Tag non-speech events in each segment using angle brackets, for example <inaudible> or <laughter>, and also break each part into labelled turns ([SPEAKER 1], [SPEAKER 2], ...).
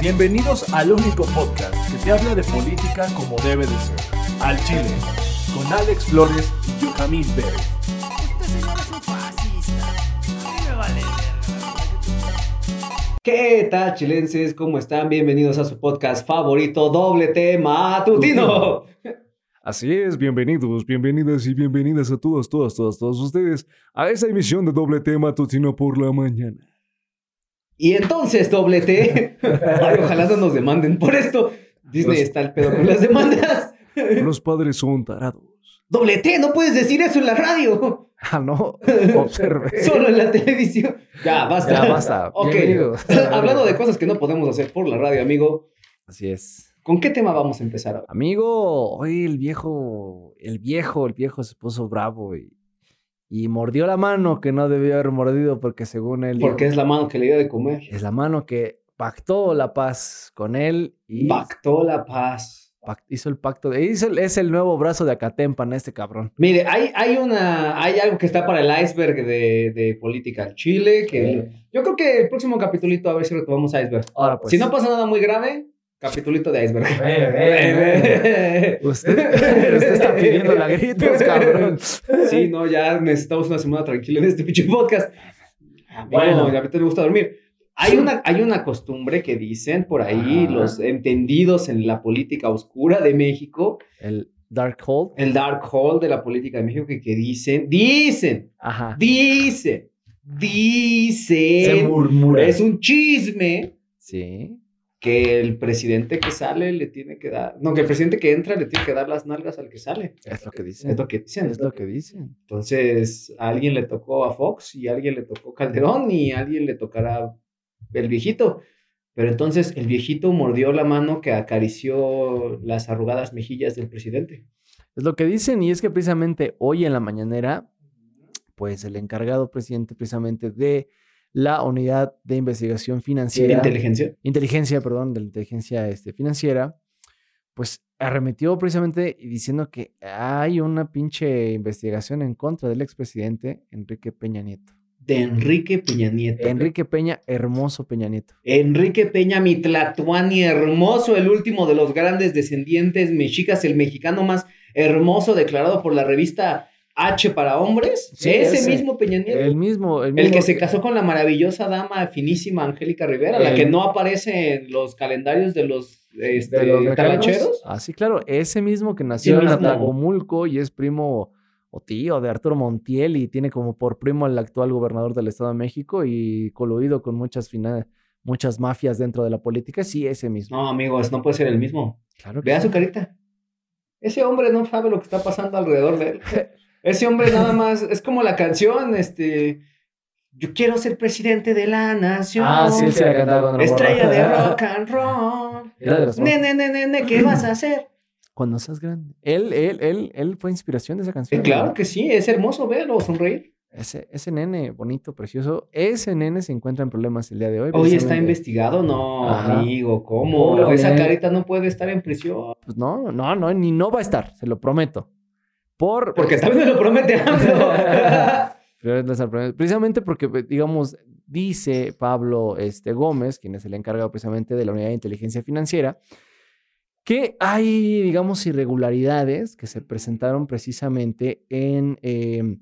[SPEAKER 1] Bienvenidos al único podcast que te habla de política como debe de ser. Al Chile, con Alex Flores y Jamil Pérez.
[SPEAKER 2] Este señor es un fascista. A mí me vale verga.
[SPEAKER 3] ¿Qué tal, chilenses? ¿Cómo están? Bienvenidos a su podcast favorito, Doble Tema Tutino.
[SPEAKER 4] Así es, bienvenidos, bienvenidas y bienvenidas a todas, todas, todas, todos ustedes <laughs> a esta emisión de Doble Tema Tutino por la
[SPEAKER 3] <laughs>
[SPEAKER 4] mañana.
[SPEAKER 3] Y entonces, Doble
[SPEAKER 5] <laughs>
[SPEAKER 3] T. Ay, ojalá no nos demanden por esto. Disney
[SPEAKER 4] Los-
[SPEAKER 3] está al pedo con las demandas.
[SPEAKER 4] Los padres son tarados.
[SPEAKER 3] Doble T, no puedes decir eso en la
[SPEAKER 5] <laughs>
[SPEAKER 3] radio,
[SPEAKER 5] Ah, no. Observe.
[SPEAKER 3] solo en la televisión. Ya, basta.
[SPEAKER 5] Ya basta.
[SPEAKER 3] <laughs> Ok.
[SPEAKER 5] Bienvenidos.
[SPEAKER 3] Hablando de cosas que no podemos hacer por la radio, amigo,
[SPEAKER 5] Así es.
[SPEAKER 3] ¿con qué tema vamos a empezar ahora?
[SPEAKER 5] Amigo, hoy el viejo, el viejo, el viejo se puso bravo y, y mordió la mano que no debió haber mordido porque según él
[SPEAKER 3] Porque
[SPEAKER 5] dijo,
[SPEAKER 3] es la mano que le dio de comer.
[SPEAKER 5] es la mano que pactó la paz con él y
[SPEAKER 3] Pactó la paz.
[SPEAKER 5] pac- hizo el pacto. De, hizo el- es el nuevo brazo de Acatempan este cabrón.
[SPEAKER 3] Mire, hay, hay una, hay algo que está para el iceberg de, de política en Chile, que yo creo que el próximo capitulito a ver si retomamos iceberg.
[SPEAKER 4] Ah,
[SPEAKER 5] Ahora pues.
[SPEAKER 3] si no pasa nada muy grave, capitulito de iceberg.
[SPEAKER 5] Usted, <laughs> usted está
[SPEAKER 4] <laughs>
[SPEAKER 5] pidiendo la gritos, cabrón.
[SPEAKER 3] <laughs> sí, no, ya necesitamos una semana tranquila en este pinche podcast.
[SPEAKER 1] Ah,
[SPEAKER 3] Ah, Bueno,
[SPEAKER 5] Bueno.
[SPEAKER 3] ya te gusta dormir. Hay una, hay una costumbre que dicen por ahí
[SPEAKER 5] Ajá.
[SPEAKER 3] los entendidos en la política oscura de México,
[SPEAKER 5] El Dark Hold.
[SPEAKER 3] el dark hole de la política de México, que, que dicen, dicen
[SPEAKER 5] Ajá.
[SPEAKER 3] Dice,
[SPEAKER 4] Se
[SPEAKER 3] dice,
[SPEAKER 4] murmura.
[SPEAKER 3] es un chisme
[SPEAKER 5] Sí.
[SPEAKER 3] que el presidente que sale le tiene que dar, no, que el presidente que entra le tiene que dar las nalgas al que sale.
[SPEAKER 5] Es lo que dicen.
[SPEAKER 3] Es lo que dicen.
[SPEAKER 5] Es lo que dicen.
[SPEAKER 3] Entonces, a alguien le tocó a Fox y a alguien le tocó Calderón y a alguien le tocará el viejito. Pero entonces el viejito mordió la mano que acarició las arrugadas mejillas del presidente.
[SPEAKER 5] Es lo que dicen y es que precisamente hoy en la mañanera, pues el encargado presidente precisamente de la unidad de investigación
[SPEAKER 3] De
[SPEAKER 5] financiera,
[SPEAKER 3] inteligencia.
[SPEAKER 5] inteligencia, perdón, de la inteligencia este, financiera, pues arremetió precisamente y diciendo que hay una pinche investigación en contra del expresidente Enrique Peña Nieto.
[SPEAKER 3] De Enrique Peña Nieto.
[SPEAKER 5] Enrique Peña, hermoso Peña Nieto.
[SPEAKER 3] Enrique Peña Mitlatuani, hermoso, el último de los grandes descendientes mexicas, el mexicano más hermoso declarado por la revista H para hombres.
[SPEAKER 5] Sí,
[SPEAKER 3] ese,
[SPEAKER 5] ese.
[SPEAKER 3] mismo Peña Nieto.
[SPEAKER 5] El
[SPEAKER 3] El,
[SPEAKER 5] mismo, el mismo
[SPEAKER 3] que se casó con la maravillosa dama finísima Angélica Rivera, la
[SPEAKER 5] El-
[SPEAKER 3] que no aparece en los calendarios de los, este,
[SPEAKER 5] de los mecanos.
[SPEAKER 3] talacheros.
[SPEAKER 5] Ah, sí, claro. Ese mismo que nació en
[SPEAKER 3] mismo.
[SPEAKER 5] Atlacomulco y es primo o tío de Arturo Montiel y tiene como por primo al actual gobernador del Estado de México y coludido con muchas fina- muchas mafias dentro de la política. Sí, ese mismo.
[SPEAKER 3] No, amigos, no puede ser el mismo.
[SPEAKER 5] Claro que
[SPEAKER 3] Vea
[SPEAKER 5] sí.
[SPEAKER 3] su carita. Ese hombre no sabe lo que está pasando alrededor de él. Ese hombre nada más es como la canción, este, yo quiero ser presidente de la nación.
[SPEAKER 5] Ah, sí, él se la cantaba cuando era
[SPEAKER 3] Estrella
[SPEAKER 5] morro.
[SPEAKER 3] de rock and roll.
[SPEAKER 5] Era de los
[SPEAKER 3] Ne, ne, ne, ne, ne, ¿qué vas a hacer?
[SPEAKER 5] Cuando seas grande. Él, él, él, él fue inspiración de esa canción.
[SPEAKER 3] Eh, claro
[SPEAKER 5] ¿no?
[SPEAKER 3] que sí, es hermoso verlo sonreír.
[SPEAKER 5] Ese, ese nene bonito, precioso. Ese nene se encuentra en problemas el día de hoy.
[SPEAKER 3] Hoy está
[SPEAKER 5] precisamente.
[SPEAKER 3] investigado, no,
[SPEAKER 5] Ajá.
[SPEAKER 3] amigo, ¿cómo?
[SPEAKER 5] Pobre.
[SPEAKER 3] Esa carita no puede estar en prisión.
[SPEAKER 5] Pues no, no, no, ni no va a estar, se lo prometo. Por,
[SPEAKER 3] Porque también me lo promete
[SPEAKER 5] <laughs>
[SPEAKER 3] AMLO.
[SPEAKER 5] Prioridades las apremiantes. Precisamente porque, pues, digamos, dice Pablo este, Gómez, quien es el encargado precisamente de la unidad de inteligencia financiera, que hay, digamos, irregularidades que se presentaron precisamente en, eh,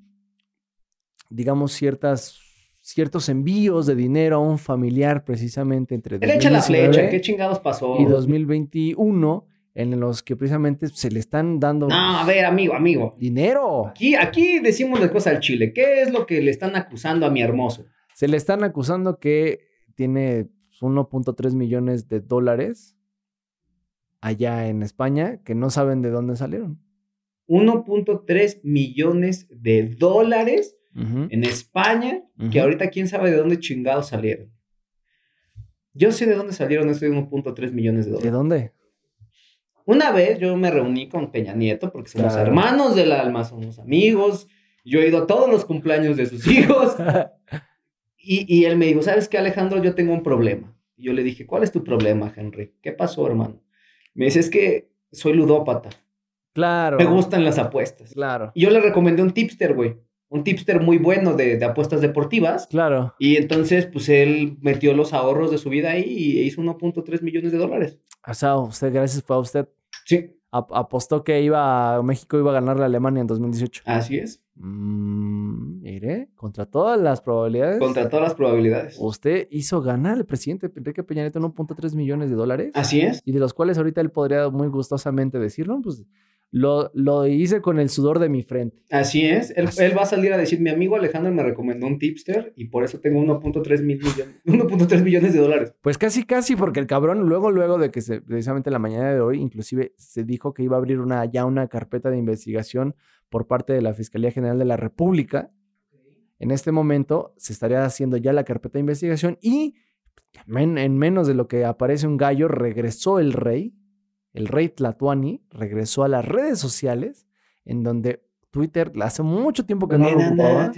[SPEAKER 5] digamos, ciertas, ciertos envíos de dinero a un familiar precisamente entre...
[SPEAKER 3] Él echa la
[SPEAKER 5] 2019
[SPEAKER 3] flecha, ¿qué chingados pasó?
[SPEAKER 5] ¿eh? Y 2021, en los que precisamente se le están dando
[SPEAKER 3] No, a ver, amigo, amigo.
[SPEAKER 5] dinero.
[SPEAKER 3] Aquí, aquí decimos las cosas al chile. ¿Qué es lo que le están acusando a mi hermoso?
[SPEAKER 5] Se le están acusando que tiene 1.3 millones de dólares allá en España que no saben de dónde salieron.
[SPEAKER 3] 1.3 millones de dólares
[SPEAKER 5] Ujú,
[SPEAKER 3] en España,
[SPEAKER 5] ujú.
[SPEAKER 3] que ahorita quién sabe de dónde chingados salieron. Yo sé de dónde salieron esos 1.3 millones de
[SPEAKER 5] ¿De
[SPEAKER 3] dólares.
[SPEAKER 5] dónde?
[SPEAKER 3] Una vez yo me reuní con Peña Nieto porque somos
[SPEAKER 5] Claro.
[SPEAKER 3] hermanos del alma, somos amigos. Yo he ido a todos los cumpleaños de sus
[SPEAKER 5] <laughs>
[SPEAKER 3] hijos. Y, y él me dijo, ¿sabes qué, Alejandro? Yo tengo un problema. Y yo le dije, ¿cuál es tu problema, Henry? ¿Qué pasó, hermano? Me dice, es que soy ludópata.
[SPEAKER 5] Claro.
[SPEAKER 3] Me gustan las apuestas.
[SPEAKER 5] Claro.
[SPEAKER 3] Y yo le recomendé un tipster, güey. Un tipster muy bueno de, de apuestas deportivas.
[SPEAKER 5] Claro.
[SPEAKER 3] Y entonces, pues él metió los ahorros de su vida ahí y hizo 1.3 millones de dólares.
[SPEAKER 5] O sea, usted, gracias fue a usted.
[SPEAKER 3] Sí.
[SPEAKER 5] Ap- apostó que iba a- México iba a ganar la Alemania en 2018.
[SPEAKER 3] Así es.
[SPEAKER 5] Mm, mire, contra todas las probabilidades.
[SPEAKER 3] Contra todas las probabilidades.
[SPEAKER 5] Usted hizo ganar al presidente Enrique Peña Nieto 1.3 millones de dólares.
[SPEAKER 3] Así es.
[SPEAKER 5] y de los cuales ahorita él podría muy gustosamente decir, no, pues lo, lo hice con el sudor de mi frente.
[SPEAKER 3] Así es. Él, él va a salir a decir, mi amigo Alejandro me recomendó un tipster y por eso tengo 1.3 mil millones, <laughs> 1.3 millones de dólares.
[SPEAKER 5] Pues casi, casi, porque el cabrón luego, luego de que se, precisamente la mañana de hoy, inclusive se dijo que iba a abrir una, ya una carpeta de investigación por parte de la Fiscalía General de la República. En este momento se estaría haciendo ya la carpeta de investigación y men- en menos de lo que aparece un gallo, regresó el rey, el rey Tlatuani, regresó a las redes sociales, en donde Twitter hace mucho tiempo que no lo ocupaba.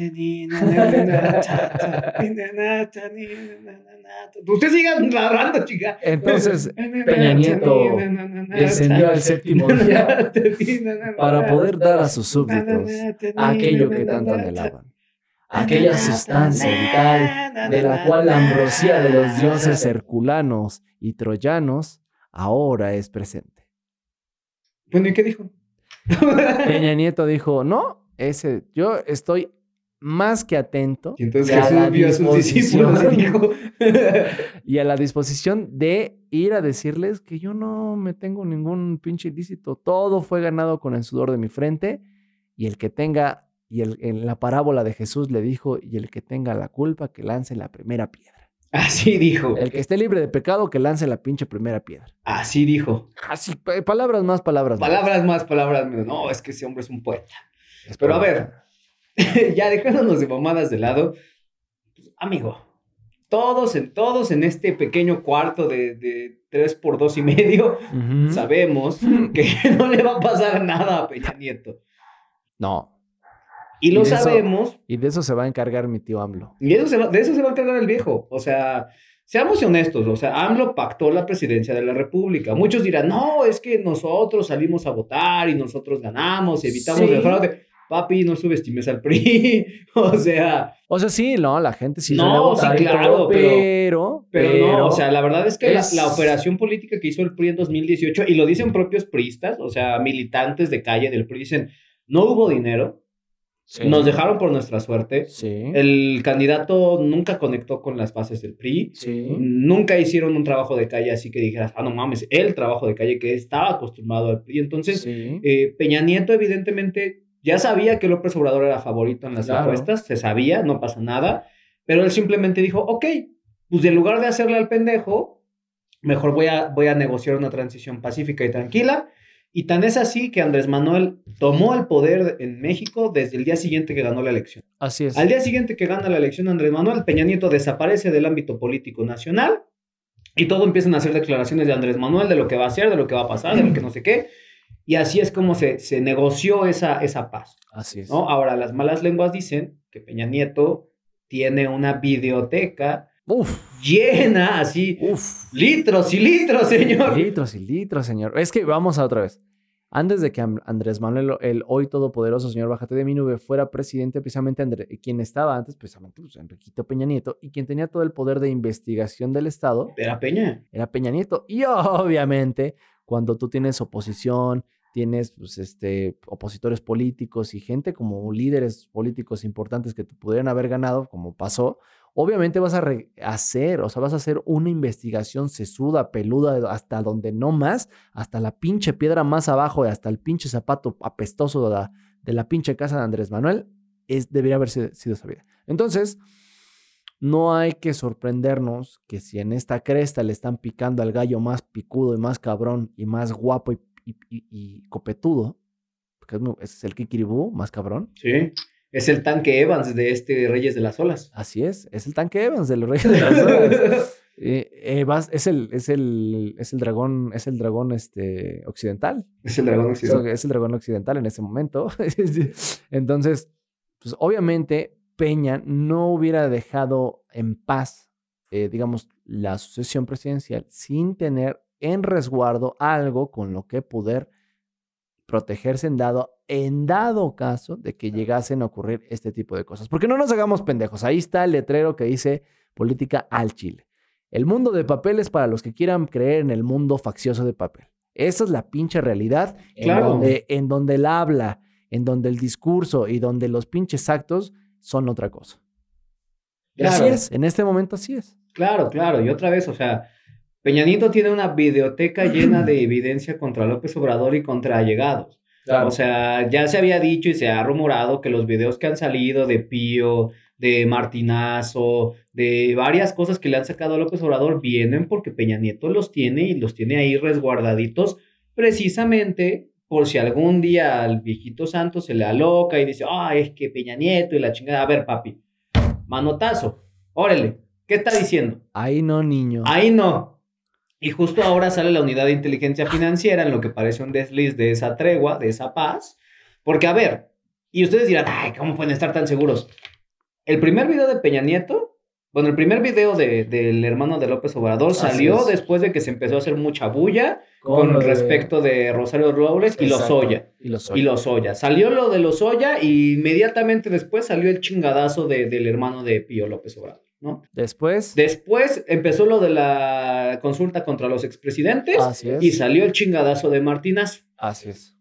[SPEAKER 3] Usted sigan narrando, chica. <laughs>
[SPEAKER 5] Entonces, Peña Nieto descendió al
[SPEAKER 3] <laughs>
[SPEAKER 5] séptimo día para poder dar a sus súbditos aquello que tanto anhelaban, aquella sustancia vital de la cual la ambrosía de los dioses herculanos y troyanos ahora es <laughs> presente.
[SPEAKER 3] Bueno, ¿y qué dijo?
[SPEAKER 5] Peña Nieto dijo, no, ese, yo estoy más que atento
[SPEAKER 3] Y entonces
[SPEAKER 5] y a la
[SPEAKER 3] Jesús vio a sus
[SPEAKER 5] disposición-
[SPEAKER 3] discípulos y dijo, <laughs>
[SPEAKER 5] y a la disposición de ir a decirles que yo no me tengo ningún pinche ilícito. Todo fue ganado con el sudor de mi frente y el que tenga, y el- en la parábola de Jesús le dijo, y el que tenga la culpa que lance la primera piedra.
[SPEAKER 3] así dijo,
[SPEAKER 5] El que esté libre de pecado que lance la pinche primera piedra.
[SPEAKER 3] así dijo.
[SPEAKER 5] Así, pa- palabras más, palabras más.
[SPEAKER 3] Palabras más, palabras menos. No, es que ese hombre es un poeta.
[SPEAKER 5] Es
[SPEAKER 3] Pero a ver, <laughs>
[SPEAKER 5] palabra.
[SPEAKER 3] ya dejándonos de mamadas de lado, pues, amigo, todos en, todos en este pequeño cuarto de, de 3 por 2 y medio
[SPEAKER 5] Ujú.
[SPEAKER 3] sabemos que <laughs> no le va a pasar nada a Peña Nieto.
[SPEAKER 5] No,
[SPEAKER 3] Y lo
[SPEAKER 5] Y de eso-
[SPEAKER 3] sabemos,
[SPEAKER 5] y de eso se va a encargar mi tío AMLO.
[SPEAKER 3] y eso se va- de eso se va a encargar el viejo. O sea, seamos honestos, o sea, AMLO pactó la presidencia de la República. Muchos dirán, no, es que nosotros salimos a votar y nosotros ganamos, evitamos
[SPEAKER 5] Sí.
[SPEAKER 3] el fraude. Papi, no subestimes al PRI. <laughs> o sea,
[SPEAKER 5] O sea, sí, no, la gente sí
[SPEAKER 3] No,
[SPEAKER 5] sale a
[SPEAKER 3] sí,
[SPEAKER 5] votar y
[SPEAKER 3] claro,
[SPEAKER 5] todo,
[SPEAKER 3] pero-
[SPEAKER 5] pero,
[SPEAKER 3] pero, no, o sea, la verdad es que la-
[SPEAKER 5] es-
[SPEAKER 3] la, operación política que hizo el PRI en 2018, y lo dicen propios priistas, o sea, militantes de calle del PRI, dicen, no hubo dinero,
[SPEAKER 5] Sí.
[SPEAKER 3] nos dejaron por nuestra suerte.
[SPEAKER 5] Sí.
[SPEAKER 3] El candidato nunca conectó con las bases del PRI.
[SPEAKER 5] Sí.
[SPEAKER 3] Nunca hicieron un trabajo de calle así que dijeras, ah, no mames, el trabajo de calle que estaba acostumbrado al PRI. Entonces,
[SPEAKER 5] Sí.
[SPEAKER 3] eh, Peña Nieto evidentemente ya sabía que López Obrador era favorito en las
[SPEAKER 5] Claro.
[SPEAKER 3] apuestas, se sabía, no pasa nada, pero él simplemente dijo, ok, pues en lugar de hacerle al pendejo, mejor voy a, voy a negociar una transición pacífica y tranquila. Y tan es así que Andrés Manuel tomó el poder en México desde el día siguiente que ganó la elección.
[SPEAKER 5] Así es.
[SPEAKER 3] Al día siguiente que gana la elección Andrés Manuel, Peña Nieto desaparece del ámbito político nacional y todo empiezan a hacer declaraciones de Andrés Manuel, de lo que va a hacer, de lo que va a pasar, de lo que no sé qué. Y así es como se, se negoció esa, esa paz.
[SPEAKER 5] Así es.
[SPEAKER 3] ¿no? Ahora, las malas lenguas dicen que Peña Nieto tiene una videoteca
[SPEAKER 5] Uf,
[SPEAKER 3] llena, así,
[SPEAKER 5] uf.
[SPEAKER 3] litros y litros, señor.
[SPEAKER 5] Litros y litros, señor. Es que vamos a otra vez. Antes de que Am- Andrés Manuel, el hoy todopoderoso señor Bájate de mi nube, fuera presidente, precisamente Andre- quien estaba antes, precisamente pues, Enriquito Peña Nieto, y quien tenía todo el poder de investigación del Estado,
[SPEAKER 3] Era Peña.
[SPEAKER 5] era Peña Nieto. Y obviamente, cuando tú tienes oposición, tienes pues, este, opositores políticos y gente como líderes políticos importantes que te pudieran haber ganado, como pasó, obviamente vas a re- hacer, o sea, vas a hacer una investigación sesuda, peluda, hasta donde no más, hasta la pinche piedra más abajo, y hasta el pinche zapato apestoso de la, de la pinche casa de Andrés Manuel, es, debería haber sido, sido sabida. Entonces, no hay que sorprendernos que si en esta cresta le están picando al gallo más picudo y más cabrón y más guapo y, y- y- y copetudo, porque es, mu- es el kikiribú más cabrón,
[SPEAKER 3] Sí. Es el tanque Evans de este Reyes de las Olas. <laughs>
[SPEAKER 5] así es, es el tanque Evans de los Reyes de las Olas. Eh, eh, vas- es, el, es, el, es el dragón, es el dragón este, occidental.
[SPEAKER 3] Es el dragón
[SPEAKER 5] Es el-
[SPEAKER 3] occidental.
[SPEAKER 5] Es el dragón occidental en ese momento. <laughs> Entonces, pues obviamente Peña no hubiera dejado en paz, eh, digamos, la sucesión presidencial sin tener en resguardo algo con lo que poder protegerse en dado, en dado caso de que llegasen a ocurrir este tipo de cosas. Porque no nos hagamos pendejos. Ahí está el letrero que dice política al Chile. El mundo de papel es para los que quieran creer en el mundo faccioso de papel. Esa es la pinche realidad. en
[SPEAKER 3] Claro.
[SPEAKER 5] donde- en donde el habla, en donde el discurso y donde los pinches actos son otra cosa. Así
[SPEAKER 3] Claro,
[SPEAKER 5] es. En este momento así es.
[SPEAKER 3] claro, claro. Y otra vez, o sea, Peñanito tiene una videoteca llena de evidencia contra López Obrador y contra allegados. O sea, ya se había dicho y se ha rumorado que los videos que han salido de Pío, de Martinazo, de varias cosas que le han sacado a López Obrador vienen porque Peña Nieto los tiene y los tiene ahí resguardaditos precisamente por si algún día al viejito santo se le aloca y dice, ah, es que Peña Nieto y la chingada. A ver, papi, manotazo, órale, ¿qué está diciendo?
[SPEAKER 5] Ahí no, niño.
[SPEAKER 3] Ahí no. Y justo ahora sale la unidad de inteligencia financiera en lo que parece un desliz de esa tregua, de esa paz. Porque, a ver, y ustedes dirán, ay, ¿cómo pueden estar tan seguros? El primer video de Peña Nieto, bueno, el primer video de- del hermano de López Obrador
[SPEAKER 5] Así
[SPEAKER 3] salió
[SPEAKER 5] es.
[SPEAKER 3] después de que se empezó a hacer mucha bulla con, respecto de Rosario Robles y los Lozoya.
[SPEAKER 5] Y los
[SPEAKER 3] Y Lozoya. Salió lo de Lozoya y inmediatamente después salió el chingadazo de- del hermano de Pío López Obrador, ¿no?
[SPEAKER 5] Después.
[SPEAKER 3] Después empezó lo de la consulta contra los expresidentes
[SPEAKER 5] Así es.
[SPEAKER 3] y salió el chingadazo de Martínez.
[SPEAKER 5] Así es.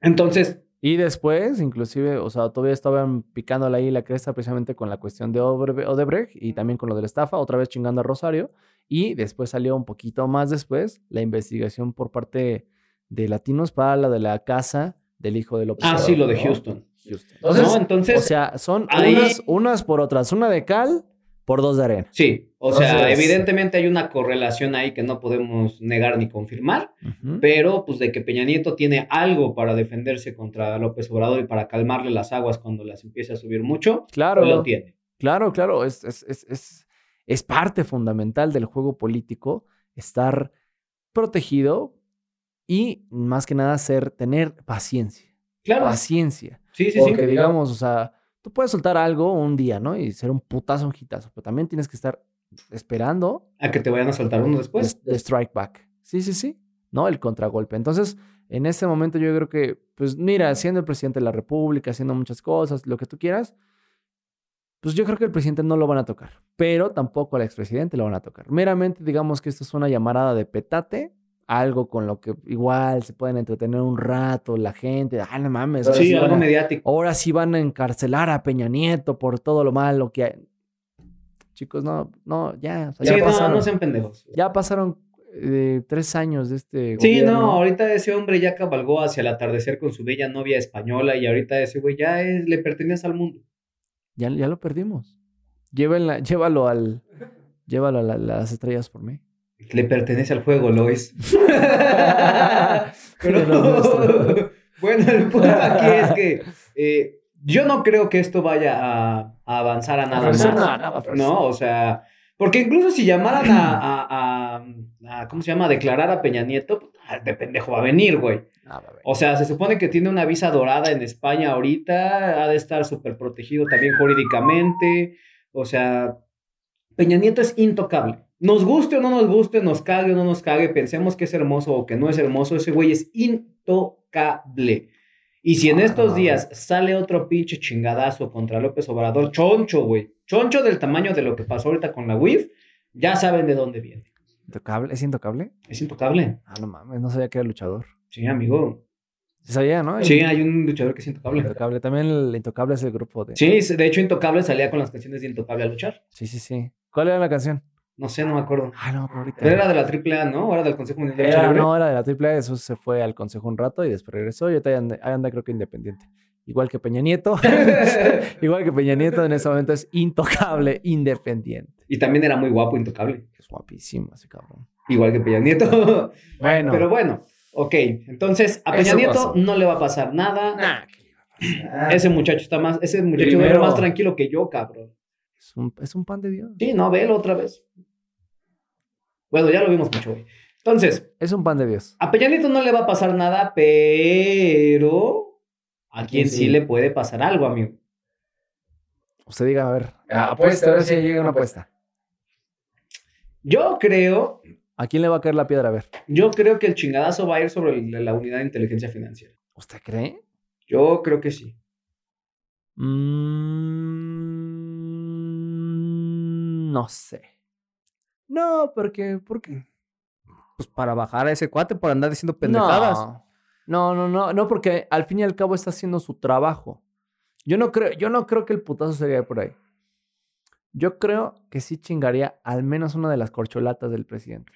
[SPEAKER 3] Entonces,
[SPEAKER 5] Y después, inclusive, o sea, todavía estaban picándole ahí la cresta precisamente con la cuestión de Obre- Odebrecht y también con lo de la estafa, otra vez chingando a Rosario. Y después salió un poquito más después la investigación por parte de Latinos para la de la casa del hijo de López.
[SPEAKER 3] ah, sí,
[SPEAKER 5] Obrador,
[SPEAKER 3] lo de
[SPEAKER 5] ¿no?
[SPEAKER 3] Houston.
[SPEAKER 5] Houston.
[SPEAKER 3] ¿No?
[SPEAKER 5] Entonces,
[SPEAKER 3] Entonces,
[SPEAKER 5] o sea, son
[SPEAKER 3] ahí-
[SPEAKER 5] unas, unas por otras, una de cal por dos de arena.
[SPEAKER 3] sí, o sea,
[SPEAKER 5] entonces-
[SPEAKER 3] evidentemente hay una correlación ahí que no podemos negar ni confirmar,
[SPEAKER 5] Ujú.
[SPEAKER 3] pero pues de que Peña Nieto tiene algo para defenderse contra López Obrador y para calmarle las aguas cuando las empiece a subir mucho,
[SPEAKER 5] Claro.
[SPEAKER 3] lo tiene.
[SPEAKER 5] Claro, claro, es, es, es, es, es parte fundamental del juego político estar protegido y más que nada ser, tener paciencia,
[SPEAKER 3] Claro,
[SPEAKER 5] paciencia.
[SPEAKER 3] sí, sí, sí.
[SPEAKER 5] Porque digamos, o sea, tú puedes soltar algo un día, ¿no? Y ser un putazo, un hitazo, pero también tienes que estar esperando
[SPEAKER 3] A que te vayan a saltar uno después.
[SPEAKER 5] de strike back. Sí, sí, sí. ¿No? El contragolpe. Entonces, en este momento yo creo que, pues mira, siendo el presidente de la República, haciendo muchas cosas, lo que tú quieras, pues yo creo que el presidente no lo van a tocar, pero tampoco al expresidente lo van a tocar. Meramente digamos que esto es una llamarada de petate, algo con lo que igual se pueden entretener un rato la gente, ah, no mames, ahora
[SPEAKER 3] Sí,
[SPEAKER 5] sí
[SPEAKER 3] algo
[SPEAKER 5] van a-
[SPEAKER 3] mediático.
[SPEAKER 5] ahora sí van a encarcelar a Peña Nieto por todo lo malo que hay. Chicos, no, no, ya, o sea,
[SPEAKER 3] Sí,
[SPEAKER 5] ya
[SPEAKER 3] no,
[SPEAKER 5] pasaron.
[SPEAKER 3] no sean pendejos.
[SPEAKER 5] Ya pasaron eh, tres años de este.
[SPEAKER 3] Sí,
[SPEAKER 5] gobierno.
[SPEAKER 3] no, ahorita ese hombre ya cabalgó hacia el atardecer con su bella novia española y ahorita ese güey ya es, le pertenece al mundo.
[SPEAKER 5] Ya, ya lo perdimos. Llévenla- <laughs> llévalo al. Llévalo a la- las estrellas
[SPEAKER 3] <laughs>
[SPEAKER 5] por mí.
[SPEAKER 3] Le pertenece al juego, Lois.
[SPEAKER 5] De lo
[SPEAKER 3] <laughs>
[SPEAKER 5] nuestro.
[SPEAKER 3] Pero, bueno, el punto aquí es que eh, yo no creo que esto vaya a, a avanzar a nada más.
[SPEAKER 5] Profesor, no, no, profesor.
[SPEAKER 3] No, o sea, porque incluso si llamaran a, a- a- a- ¿cómo se llama? A declarar a Peña Nieto, pues, ah, de pendejo va a venir, güey.
[SPEAKER 5] Ah, va, va.
[SPEAKER 3] O sea, se supone que tiene una visa dorada en España ahorita, ha de estar súper protegido también jurídicamente. O sea, Peña Nieto es intocable. Nos guste o no nos guste, nos cague o no nos cague, pensemos que es hermoso o que no es hermoso, ese güey es intocable. Y si en estos días sale otro pinche chingadazo contra López Obrador, choncho, güey, choncho del tamaño de lo que pasó ahorita con la WIF, ya saben de dónde viene.
[SPEAKER 5] ¿Intocable? ¿Es intocable?
[SPEAKER 3] Es intocable.
[SPEAKER 5] Ah, no mames, no sabía que era luchador.
[SPEAKER 3] Sí, amigo.
[SPEAKER 5] Sí sabía, ¿no?
[SPEAKER 3] Sí, hay un luchador que es intocable.
[SPEAKER 5] Intocable. También el intocable es el grupo de.
[SPEAKER 3] Sí, de hecho Intocable salía con las canciones de Intocable a luchar.
[SPEAKER 5] sí, sí. sí. ¿Cuál era la canción?
[SPEAKER 3] No sé, no me acuerdo.
[SPEAKER 5] Ah, no, me acuerdo ahorita.
[SPEAKER 3] Pero era de la AAA, ¿no? Era del Consejo Mundial de Lucha
[SPEAKER 5] Era-
[SPEAKER 3] Libre.
[SPEAKER 5] no, era de la triple A, eso se fue al consejo un rato y después regresó y ahorita ahí anda, ahí anda creo que independiente. Igual que Peña Nieto. <laughs> Igual que Peña Nieto en ese momento es intocable, independiente.
[SPEAKER 3] Y también era muy guapo Intocable.
[SPEAKER 5] Es guapísimo ese cabrón.
[SPEAKER 3] Igual que Peña Nieto. <laughs>
[SPEAKER 5] Bueno.
[SPEAKER 3] Pero bueno, ok. Entonces, a Peña
[SPEAKER 5] Eso
[SPEAKER 3] Nieto
[SPEAKER 5] pasó.
[SPEAKER 3] no le va a pasar nada.
[SPEAKER 5] Nah,
[SPEAKER 3] Ese muchacho está más, ese muchacho
[SPEAKER 5] Primero-
[SPEAKER 3] era más tranquilo que yo, cabrón.
[SPEAKER 5] es, un, es un pan de Dios.
[SPEAKER 3] Sí, no, velo otra vez.
[SPEAKER 6] Bueno, ya lo vimos mucho, güey. Entonces,
[SPEAKER 5] Es un pan de Dios.
[SPEAKER 6] a Peñanito no le va a pasar nada, pero a quien sí,
[SPEAKER 5] Sí.
[SPEAKER 6] le puede pasar algo, amigo.
[SPEAKER 5] Usted diga, a ver. Apuesta, a ver si llega una apuesta.
[SPEAKER 6] Yo creo,
[SPEAKER 5] ¿A quién le va a caer la piedra? A ver.
[SPEAKER 6] yo creo que el chingadazo va a ir sobre el- la unidad de inteligencia financiera.
[SPEAKER 5] ¿Usted cree?
[SPEAKER 6] Yo creo que sí.
[SPEAKER 5] Mm, no sé. No, porque, ¿por qué?
[SPEAKER 3] Pues para bajar a ese cuate por andar diciendo pendejadas.
[SPEAKER 5] No, no, no, no, porque al fin y al cabo está haciendo su trabajo. Yo no creo, yo no creo que el putazo se vaya por ahí. Yo creo que sí chingaría al menos una de las corcholatas del presidente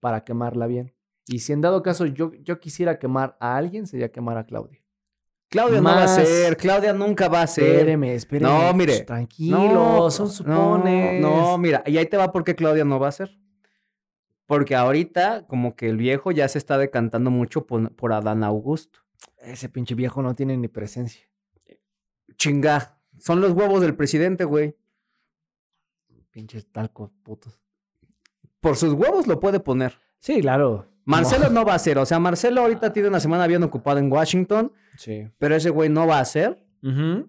[SPEAKER 5] para quemarla bien. Y si en dado caso yo, yo quisiera quemar a alguien, sería quemar a Claudia.
[SPEAKER 3] Claudia no va a
[SPEAKER 5] Más-
[SPEAKER 3] ser, Claudia nunca va a ser.
[SPEAKER 5] Espéreme, espéreme.
[SPEAKER 3] No, mire.
[SPEAKER 5] Ch, Tranquilo,
[SPEAKER 3] No,
[SPEAKER 5] son
[SPEAKER 3] no,
[SPEAKER 5] supones.
[SPEAKER 3] No, mira, y ahí te va porque Claudia no va a ser. Porque ahorita, como que el viejo ya se está decantando mucho por, por Adán Augusto.
[SPEAKER 5] Ese pinche viejo no tiene ni presencia.
[SPEAKER 3] Chinga, son los huevos del presidente, güey.
[SPEAKER 5] Pinches talcos putos.
[SPEAKER 3] Por sus huevos lo puede poner.
[SPEAKER 5] Sí, claro.
[SPEAKER 3] Marcelo no va a ser. O sea, Marcelo ahorita tiene una semana bien ocupada en Washington,
[SPEAKER 5] Sí.
[SPEAKER 3] pero ese güey no va a ser.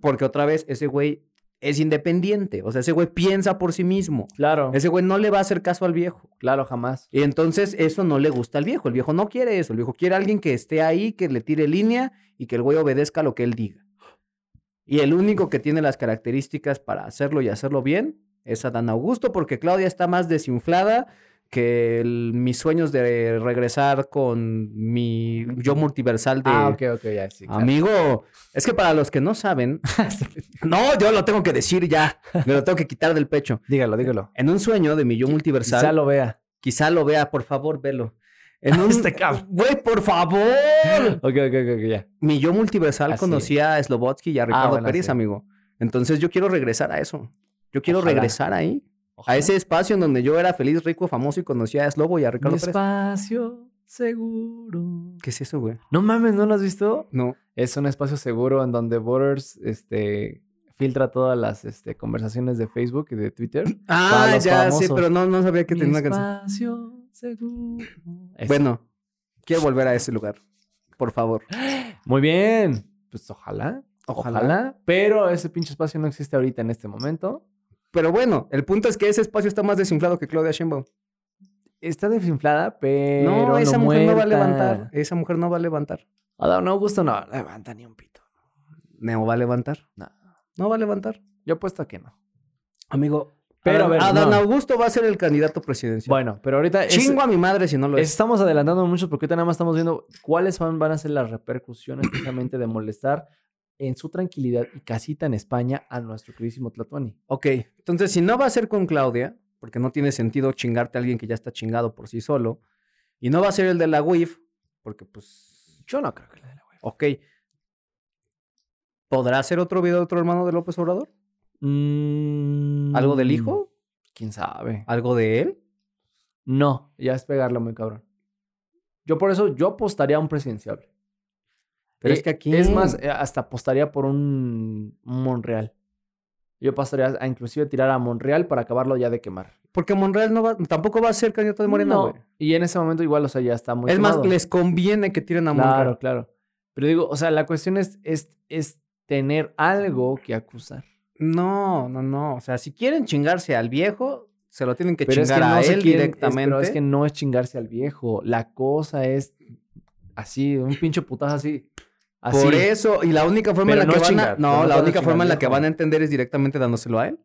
[SPEAKER 3] Porque otra vez, ese güey es independiente. O sea, ese güey piensa por sí mismo.
[SPEAKER 5] Claro.
[SPEAKER 3] Ese güey no le va a hacer caso al viejo.
[SPEAKER 5] Claro, jamás.
[SPEAKER 3] Y entonces eso no le gusta al viejo. El viejo no quiere eso. El viejo quiere a alguien que esté ahí, que le tire línea y que el güey obedezca lo que él diga. Y el único que tiene las características para hacerlo y hacerlo bien es Adán Augusto, porque Claudia está más desinflada que el- mis sueños de regresar con mi yo multiversal de...
[SPEAKER 5] Ah, ok, ok, ya, <laughs> sí. claro.
[SPEAKER 3] Amigo, es que para los que no
[SPEAKER 5] <laughs>
[SPEAKER 3] saben, no, yo lo tengo que decir ya, me lo tengo que quitar del pecho.
[SPEAKER 5] Dígalo, dígalo.
[SPEAKER 3] En un sueño de mi yo multiversal,
[SPEAKER 5] Quizá lo vea.
[SPEAKER 3] Quizá lo vea, por favor, velo.
[SPEAKER 5] <laughs>
[SPEAKER 3] En un-
[SPEAKER 5] Este cabrón.
[SPEAKER 3] Güey, por favor.
[SPEAKER 5] Ok, ok, ok, ok, ya.
[SPEAKER 3] Mi yo multiversal
[SPEAKER 5] Así Ah,
[SPEAKER 3] conocía a Slobotsky y a Ricardo
[SPEAKER 5] bueno,
[SPEAKER 3] Pérez,
[SPEAKER 5] sí.
[SPEAKER 3] amigo. Entonces yo quiero regresar a eso. Yo quiero
[SPEAKER 5] Ojalá.
[SPEAKER 3] regresar ahí. A ese espacio en donde yo era feliz, rico, famoso y conocía a Slobo y a Ricardo
[SPEAKER 5] Mi
[SPEAKER 3] Pérez.
[SPEAKER 5] espacio seguro.
[SPEAKER 3] ¿Qué es eso, güey?
[SPEAKER 5] No mames, ¿no lo has visto?
[SPEAKER 3] No.
[SPEAKER 5] Es un espacio seguro en donde Borders este, filtra todas las este, conversaciones de Facebook y de <clears throat> Twitter. Para
[SPEAKER 3] Ah,
[SPEAKER 5] los
[SPEAKER 3] ya, sí,
[SPEAKER 5] famosos.
[SPEAKER 3] pero no, no sabía que
[SPEAKER 5] Mi
[SPEAKER 3] tenía una canción.
[SPEAKER 5] espacio seguro. Ese.
[SPEAKER 3] Bueno, quiero volver a ese lugar. Por favor.
[SPEAKER 5] Muy bien. Pues ojalá,
[SPEAKER 3] Ojalá.
[SPEAKER 5] ojalá. Pero ese pinche espacio no existe ahorita en este momento.
[SPEAKER 3] Pero bueno, el punto es que ese espacio está más desinflado que Claudia Sheinbaum.
[SPEAKER 5] Está desinflada, pero.
[SPEAKER 3] No, esa mujer no va a
[SPEAKER 5] muerta.
[SPEAKER 3] levantar. Esa mujer no va a levantar.
[SPEAKER 5] Adán Augusto no levanta ni un pito.
[SPEAKER 3] No va a levantar.
[SPEAKER 5] No.
[SPEAKER 3] No va a levantar.
[SPEAKER 5] Yo apuesto a que no.
[SPEAKER 3] Amigo,
[SPEAKER 5] Pero, a ver,
[SPEAKER 3] Adán
[SPEAKER 5] no.
[SPEAKER 3] Augusto va a ser el candidato presidencial.
[SPEAKER 5] Bueno, pero ahorita es-
[SPEAKER 3] Chingo a mi madre si no lo es.
[SPEAKER 5] estamos adelantando mucho porque ahorita nada más estamos viendo cuáles van, van a ser las repercusiones precisamente de molestar en su tranquilidad y casita en España a nuestro queridísimo Tlatuani.
[SPEAKER 3] Ok, entonces si no va a ser con Claudia, porque no tiene sentido chingarte a alguien que ya está chingado por sí solo, y no va a ser el de la UIF, porque pues,
[SPEAKER 5] Yo no creo que le dé la hueva.
[SPEAKER 3] ok. ¿Podrá hacer otro video de otro hermano de López Obrador? ¿Algo del hijo?
[SPEAKER 5] Mm. ¿Quién sabe?
[SPEAKER 3] ¿Algo de él?
[SPEAKER 5] No, ya es pegarlo muy cabrón. Yo por eso, yo apostaría a un presidenciable.
[SPEAKER 3] Pero
[SPEAKER 5] Eh,
[SPEAKER 3] es que aquí...
[SPEAKER 5] Es más, eh, hasta apostaría por un un Monreal. Yo pasaría a inclusive tirar a Monreal para acabarlo ya de quemar.
[SPEAKER 3] Porque Monreal no va, tampoco va a ser candidato de Morena,
[SPEAKER 5] No,
[SPEAKER 3] güey.
[SPEAKER 5] Y en ese momento igual, o sea, ya está muy
[SPEAKER 3] Es más,
[SPEAKER 5] quemado.
[SPEAKER 3] les conviene que tiren a Monreal.
[SPEAKER 5] Claro, claro. Pero digo, o sea, la cuestión es, es, es tener algo que acusar.
[SPEAKER 3] No, no, no. O sea, si quieren chingarse al viejo, se lo tienen que
[SPEAKER 5] pero es
[SPEAKER 3] chingar
[SPEAKER 5] que no
[SPEAKER 3] a
[SPEAKER 5] se
[SPEAKER 3] él
[SPEAKER 5] quieren- es-
[SPEAKER 3] directamente.
[SPEAKER 5] pero es que no es chingarse al viejo. La cosa es así, un pinche putazo así. así.
[SPEAKER 3] Por eso, y la única forma
[SPEAKER 5] Pero
[SPEAKER 3] en la
[SPEAKER 5] no
[SPEAKER 3] que
[SPEAKER 5] es
[SPEAKER 3] van a,
[SPEAKER 5] chingar,
[SPEAKER 3] no,
[SPEAKER 5] pero
[SPEAKER 3] la
[SPEAKER 5] no van a
[SPEAKER 3] única
[SPEAKER 5] chingar
[SPEAKER 3] forma en la
[SPEAKER 5] al
[SPEAKER 3] que
[SPEAKER 5] viejo.
[SPEAKER 3] van a entender es directamente dándoselo a él,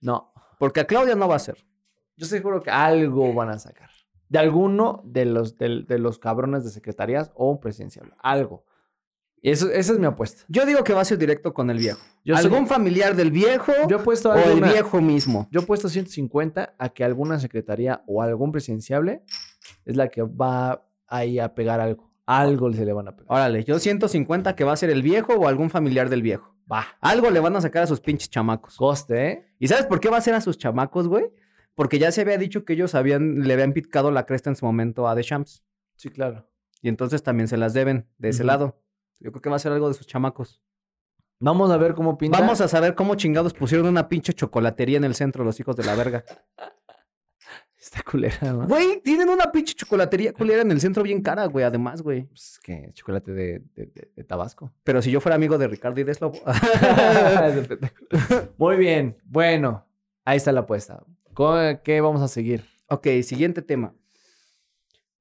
[SPEAKER 5] No.
[SPEAKER 3] porque a Claudia no va a ser.
[SPEAKER 5] Yo seguro que algo van a sacar. De alguno de los, del- de, los cabrones de secretarías o presidencial. Algo. Y eso, esa es mi apuesta.
[SPEAKER 3] Yo digo que va a ser directo con el viejo.
[SPEAKER 5] Yo sé-
[SPEAKER 3] Algún familiar del viejo
[SPEAKER 5] Yo he puesto
[SPEAKER 3] o el
[SPEAKER 5] alguna-
[SPEAKER 3] viejo mismo.
[SPEAKER 5] Yo he puesto 150 a que alguna secretaría o algún presidenciable es la que va ahí a pegar algo. Algo se le van a pegar.
[SPEAKER 3] Órale, yo 150 que va a ser el viejo o algún familiar del viejo.
[SPEAKER 5] Va.
[SPEAKER 3] Algo le van a sacar a sus pinches chamacos.
[SPEAKER 5] Coste, ¿eh?
[SPEAKER 3] ¿Y sabes por qué va a ser a sus chamacos, güey? Porque ya se había dicho que ellos habían, le habían picado la cresta en su momento a The Champs.
[SPEAKER 5] Sí, claro.
[SPEAKER 3] Y entonces también se las deben de ese
[SPEAKER 5] Ujú.
[SPEAKER 3] lado. Yo creo que va a ser algo de sus chamacos.
[SPEAKER 5] Vamos a ver cómo pinta.
[SPEAKER 3] Vamos a saber cómo chingados pusieron una pinche chocolatería en el centro los hijos de la verga.
[SPEAKER 5] Está culera, ¿no?
[SPEAKER 3] Güey, tienen una pinche chocolatería culera en el centro bien cara, güey, además, güey.
[SPEAKER 5] Pues es que chocolate de, de- de- de Tabasco.
[SPEAKER 3] Pero si yo fuera amigo de Ricardo y de Slobo. <laughs>
[SPEAKER 5] <laughs> Muy bien. Bueno, ahí está la apuesta. ¿Con- ¿Qué vamos a seguir?
[SPEAKER 3] ok, siguiente tema.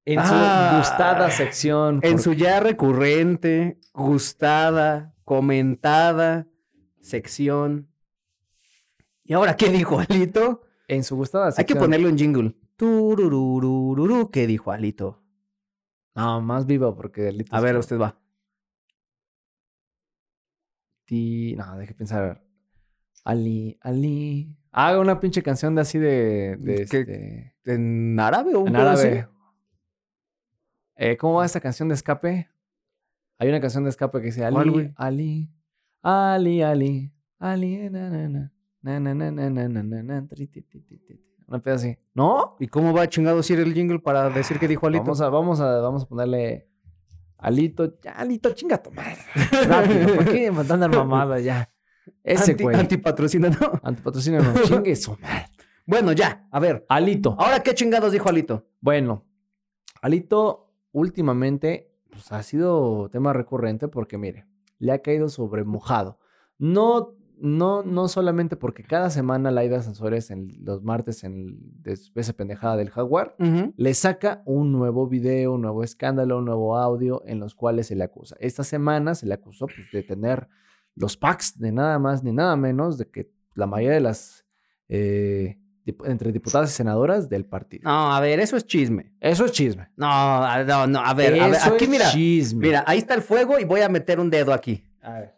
[SPEAKER 5] En su
[SPEAKER 3] Ah.
[SPEAKER 5] gustada sección.
[SPEAKER 3] En
[SPEAKER 5] por-
[SPEAKER 3] su ya recurrente, gustada, comentada sección. ¿Y ahora qué dijo Alito?
[SPEAKER 5] en su gustada
[SPEAKER 3] Hay que
[SPEAKER 5] sección.
[SPEAKER 3] ponerle un jingle. Turururururu, ¿qué dijo Alito?
[SPEAKER 5] No, más viva porque...
[SPEAKER 3] A ver, usted va.
[SPEAKER 5] Ti- No, deje pensar. Ali, Ali. Haga una pinche canción de así de. de
[SPEAKER 3] ¿Qué?
[SPEAKER 5] este,
[SPEAKER 3] ¿En árabe o un
[SPEAKER 5] en
[SPEAKER 3] pedo así?
[SPEAKER 5] árabe. Eh, ¿Cómo va esta canción de escape? Hay una canción de escape que dice Ali,
[SPEAKER 3] ¿Cuál, güey?
[SPEAKER 5] Ali, Ali, Ali, Ali, eh, na, na, na, na, na, na, na, na, na, na, na, tri, ti, ti, ti, ti. Una peda así. ¿No?
[SPEAKER 3] ¿Y cómo va chingado si era el jingle para decir que dijo Alito?
[SPEAKER 5] Vamos a, vamos a, vamos a ponerle Alito, ya, Alito, chinga
[SPEAKER 3] <laughs>
[SPEAKER 5] tu madre. Rápido, ¿por qué me andan mamada ya? Ese
[SPEAKER 3] Anti-
[SPEAKER 5] güey.
[SPEAKER 3] antipatrocina, ¿no? <laughs>
[SPEAKER 5] Antipatrocinio no, chingue su madre.
[SPEAKER 3] Bueno, ya, a ver.
[SPEAKER 5] Alito.
[SPEAKER 3] Ahora, ¿qué chingados dijo Alito?
[SPEAKER 5] Bueno, Alito últimamente pues, ha sido tema recurrente porque, mire, le ha caído sobre mojado. No, no, no solamente porque cada semana Laida Sansores en los martes en el- de su- esa pendejada del Jaguar le saca un nuevo video, un nuevo escándalo, un nuevo audio en los cuales se le acusa. Esta semana se le acusó pues, de tener los packs de nada más ni nada menos de que la mayoría de las eh, dip- entre diputadas y senadoras del partido.
[SPEAKER 3] No, a ver, eso es chisme.
[SPEAKER 5] Eso es chisme.
[SPEAKER 3] No, a- no, no, a ver, a ver,
[SPEAKER 5] Eso
[SPEAKER 3] aquí
[SPEAKER 5] es
[SPEAKER 3] mira.
[SPEAKER 5] chisme.
[SPEAKER 3] Mira, ahí está el fuego y voy a meter un dedo aquí.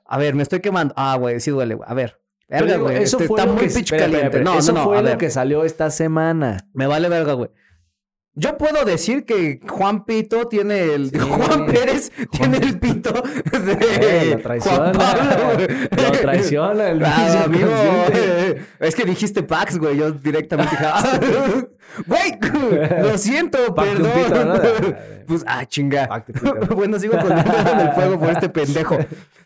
[SPEAKER 3] A ver, me estoy quemando. Ah, güey, sí duele, güey. A ver.
[SPEAKER 5] Pero
[SPEAKER 3] Verga,
[SPEAKER 5] digo,
[SPEAKER 3] güey.
[SPEAKER 5] eso
[SPEAKER 3] este,
[SPEAKER 5] fue
[SPEAKER 3] está
[SPEAKER 5] lo
[SPEAKER 3] muy
[SPEAKER 5] que,
[SPEAKER 3] pinche
[SPEAKER 5] espera, espera,
[SPEAKER 3] caliente.
[SPEAKER 5] espera,
[SPEAKER 3] no,
[SPEAKER 5] eso
[SPEAKER 3] no, no.
[SPEAKER 5] fue
[SPEAKER 3] a
[SPEAKER 5] lo
[SPEAKER 3] ver.
[SPEAKER 5] que salió
[SPEAKER 3] <laughs>
[SPEAKER 5] esta semana.
[SPEAKER 3] Me vale verga, güey. Yo puedo decir que Juan Pito tiene el.
[SPEAKER 5] Sí.
[SPEAKER 3] Juan Pérez tiene el pito de.
[SPEAKER 5] Eh, lo traiciona.
[SPEAKER 3] Juan Pablo, güey.
[SPEAKER 5] <laughs> Lo traiciona el
[SPEAKER 3] Ah,
[SPEAKER 5] pinche
[SPEAKER 3] amigo, <laughs>
[SPEAKER 5] inconsciente.
[SPEAKER 3] es que dijiste Pax, güey. Yo directamente dije,
[SPEAKER 5] <laughs>
[SPEAKER 3] ah, <laughs> güey, lo siento,
[SPEAKER 5] Pac de un pito,
[SPEAKER 3] perdón.
[SPEAKER 5] ¿no?
[SPEAKER 3] <laughs> Pues, ah, chinga.
[SPEAKER 5] Pac de
[SPEAKER 3] <laughs>
[SPEAKER 5] pito.
[SPEAKER 3] bueno, sigo con el dedo en el fuego por este pendejo.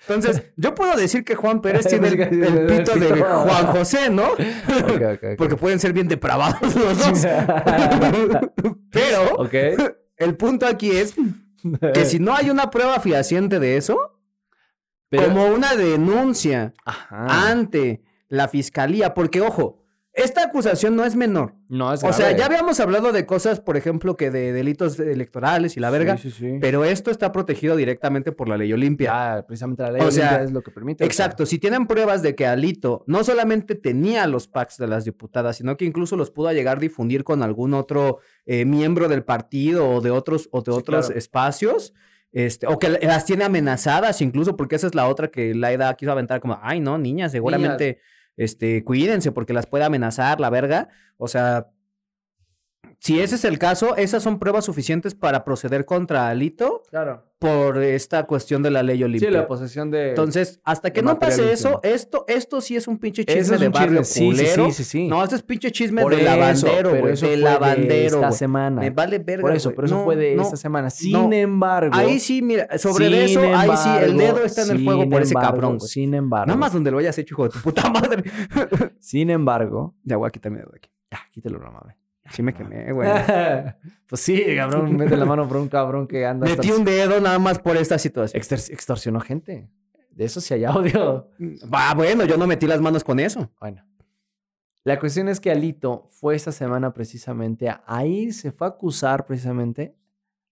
[SPEAKER 3] Entonces, yo puedo decir que Juan
[SPEAKER 5] <laughs>
[SPEAKER 3] Pérez tiene
[SPEAKER 5] Pues
[SPEAKER 3] el, el pito de Juan José, ¿no?
[SPEAKER 5] Ok, ok, ok.
[SPEAKER 3] Porque pueden ser bien depravados los
[SPEAKER 5] <laughs>
[SPEAKER 3] dos. <laughs> Pero
[SPEAKER 5] Ok.
[SPEAKER 3] el punto aquí es
[SPEAKER 5] <laughs>
[SPEAKER 3] que si no hay una prueba fehaciente de eso,
[SPEAKER 5] Pero-
[SPEAKER 3] como una denuncia
[SPEAKER 5] Ajá.
[SPEAKER 3] ante la fiscalía, porque ojo, esta acusación no es menor.
[SPEAKER 5] no, es
[SPEAKER 3] O sea,
[SPEAKER 5] grave.
[SPEAKER 3] ya habíamos hablado de cosas, por ejemplo, que de delitos electorales y la verga,
[SPEAKER 5] Sí, sí, sí.
[SPEAKER 3] pero esto está protegido directamente por la ley Olimpia.
[SPEAKER 5] Ya, precisamente la ley
[SPEAKER 3] O
[SPEAKER 5] Olimpia
[SPEAKER 3] sea,
[SPEAKER 5] es lo que permite. o sea,
[SPEAKER 3] Exacto, si tienen pruebas de que Alito no solamente tenía los packs de las diputadas, sino que incluso los pudo llegar a difundir con algún otro eh, miembro del partido o de otros, o de
[SPEAKER 5] Sí,
[SPEAKER 3] otros
[SPEAKER 5] claro.
[SPEAKER 3] espacios, este, o que las tiene amenazadas incluso, porque esa es la otra que Laida quiso aventar como, ay no, niñas, seguramente, este, cuídense porque las puede amenazar la verga. O sea, si ese es el caso, esas son pruebas suficientes para proceder contra Alito
[SPEAKER 5] claro.
[SPEAKER 3] por esta cuestión de la ley
[SPEAKER 5] Sí,
[SPEAKER 3] Olimpia.
[SPEAKER 5] la posesión de.
[SPEAKER 3] Entonces, hasta que
[SPEAKER 5] de
[SPEAKER 3] no pase
[SPEAKER 5] material
[SPEAKER 3] eso,
[SPEAKER 5] íntimo.
[SPEAKER 3] esto, esto sí es un pinche
[SPEAKER 5] Ese
[SPEAKER 3] chisme
[SPEAKER 5] es
[SPEAKER 3] de
[SPEAKER 5] un
[SPEAKER 3] barrio
[SPEAKER 5] chisme, sí,
[SPEAKER 3] culero.
[SPEAKER 5] sí, sí, sí.
[SPEAKER 3] No, este es pinche chisme
[SPEAKER 5] Por
[SPEAKER 3] de
[SPEAKER 5] eso,
[SPEAKER 3] lavandero,
[SPEAKER 5] pero
[SPEAKER 3] güey.
[SPEAKER 5] eso
[SPEAKER 3] De
[SPEAKER 5] fue
[SPEAKER 3] lavandero,
[SPEAKER 5] Esta
[SPEAKER 3] güey.
[SPEAKER 5] semana.
[SPEAKER 3] Me vale verga,
[SPEAKER 5] Por eso,
[SPEAKER 3] güey.
[SPEAKER 5] pero eso
[SPEAKER 3] No,
[SPEAKER 5] fue de
[SPEAKER 3] no.
[SPEAKER 5] esta semana. Sin embargo.
[SPEAKER 3] Ahí sí, mira, sobre
[SPEAKER 5] sin
[SPEAKER 3] de eso, ahí sí, el
[SPEAKER 5] embargo,
[SPEAKER 3] dedo está en el fuego
[SPEAKER 5] sin
[SPEAKER 3] por ese
[SPEAKER 5] embargo,
[SPEAKER 3] cabrón. güey.
[SPEAKER 5] Sin embargo.
[SPEAKER 3] Nada más donde lo hayas hecho, hijo de tu puta madre.
[SPEAKER 5] Sin embargo.
[SPEAKER 3] ya voy a quitarme de aquí.
[SPEAKER 5] Ah, quítalo, no mames.
[SPEAKER 3] Sí me quemé,
[SPEAKER 5] <laughs>
[SPEAKER 3] güey.
[SPEAKER 5] pues sí, cabrón. Mete la mano por un cabrón que anda.
[SPEAKER 3] Metí
[SPEAKER 5] extors-
[SPEAKER 3] un dedo nada más por esta situación.
[SPEAKER 5] extors- Extorsionó gente. De eso sí hay audio.
[SPEAKER 3] Va, bueno, yo no metí las manos con eso.
[SPEAKER 5] Bueno. La cuestión es que Alito fue esta semana precisamente. a- Ahí se fue a acusar precisamente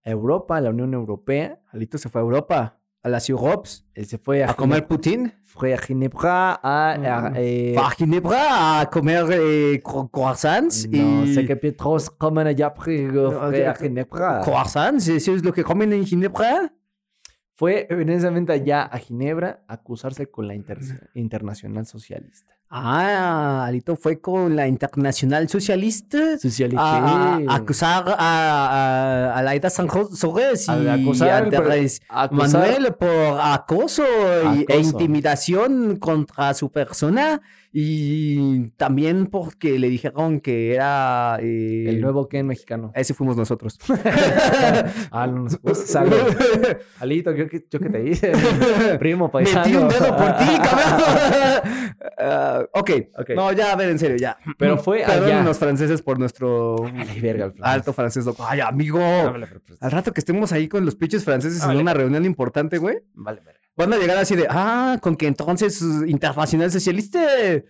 [SPEAKER 5] a Europa, a la Unión Europea.
[SPEAKER 3] Alito se fue a Europa, a las Europs,
[SPEAKER 5] Él se fue a,
[SPEAKER 3] a comer Putin.
[SPEAKER 5] Fue a Ginebra, a. a-
[SPEAKER 3] Mm.
[SPEAKER 5] eh,
[SPEAKER 3] a Ginebra a comer eh, cro- croissants
[SPEAKER 5] no
[SPEAKER 3] y...
[SPEAKER 5] sé qué pietros comen allá, pero
[SPEAKER 3] No,
[SPEAKER 5] fue a
[SPEAKER 3] ya-
[SPEAKER 5] Ginebra.
[SPEAKER 3] ¿Croissants? ¿Eso es lo que comen en Ginebra?
[SPEAKER 5] Fue precisamente allá a Ginebra a acusarse con la Inter- Internacional Socialista.
[SPEAKER 3] Ah, Alito fue con la Internacional Socialista
[SPEAKER 5] Socialista.
[SPEAKER 3] a, a- a acusar a, a, a Laida Sanjores y
[SPEAKER 5] Al
[SPEAKER 3] a
[SPEAKER 5] acusar, pero-
[SPEAKER 3] Andrés
[SPEAKER 5] a acusar-
[SPEAKER 3] Manuel por acoso, y- e
[SPEAKER 5] Acoso.
[SPEAKER 3] intimidación contra su persona y también porque le dijeron que era... eh,
[SPEAKER 5] El nuevo Ken mexicano.
[SPEAKER 3] Ese fuimos nosotros.
[SPEAKER 5] Ah, no, no, pues, <laughs> salud.
[SPEAKER 3] <laughs>
[SPEAKER 5] Alito, yo que, yo que te hice. Primo, paisano. <laughs>
[SPEAKER 3] Metí un dedo por ti, cabrón. Ah, <laughs> ok.
[SPEAKER 5] Ok.
[SPEAKER 3] No, ya, a ver, en serio, ya.
[SPEAKER 5] Pero fue allá.
[SPEAKER 3] Perdón los franceses por nuestro
[SPEAKER 5] Dale, verga, al francés.
[SPEAKER 3] alto francés. loco. Ay, amigo.
[SPEAKER 5] Háblale, pero, pues,
[SPEAKER 3] Al rato que estemos ahí con los pinches franceses en
[SPEAKER 5] Vale.
[SPEAKER 3] una reunión importante, güey,
[SPEAKER 5] vale, verga.
[SPEAKER 3] van a llegar así de, ah, con que entonces eh, internacional socialiste.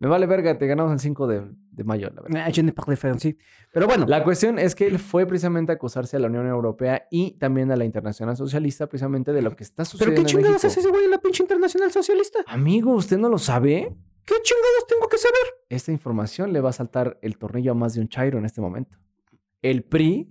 [SPEAKER 5] Me vale verga, te ganamos el 5 de, de mayo, la verdad.
[SPEAKER 3] Ah, Je ne parle français. Pero bueno,
[SPEAKER 5] La cuestión es que él fue precisamente a acusarse a la Unión Europea y también a la Internacional Socialista precisamente de lo que está
[SPEAKER 3] ¿pero
[SPEAKER 5] sucediendo.
[SPEAKER 3] qué
[SPEAKER 5] en
[SPEAKER 3] chingados
[SPEAKER 5] México.
[SPEAKER 3] hace ese güey en la pinche internacional socialista?
[SPEAKER 5] Amigo, ¿usted no lo sabe?
[SPEAKER 3] ¿Qué chingados tengo que saber?
[SPEAKER 5] Esta información le va a saltar el tornillo a más de un chairo en este momento. El PRI,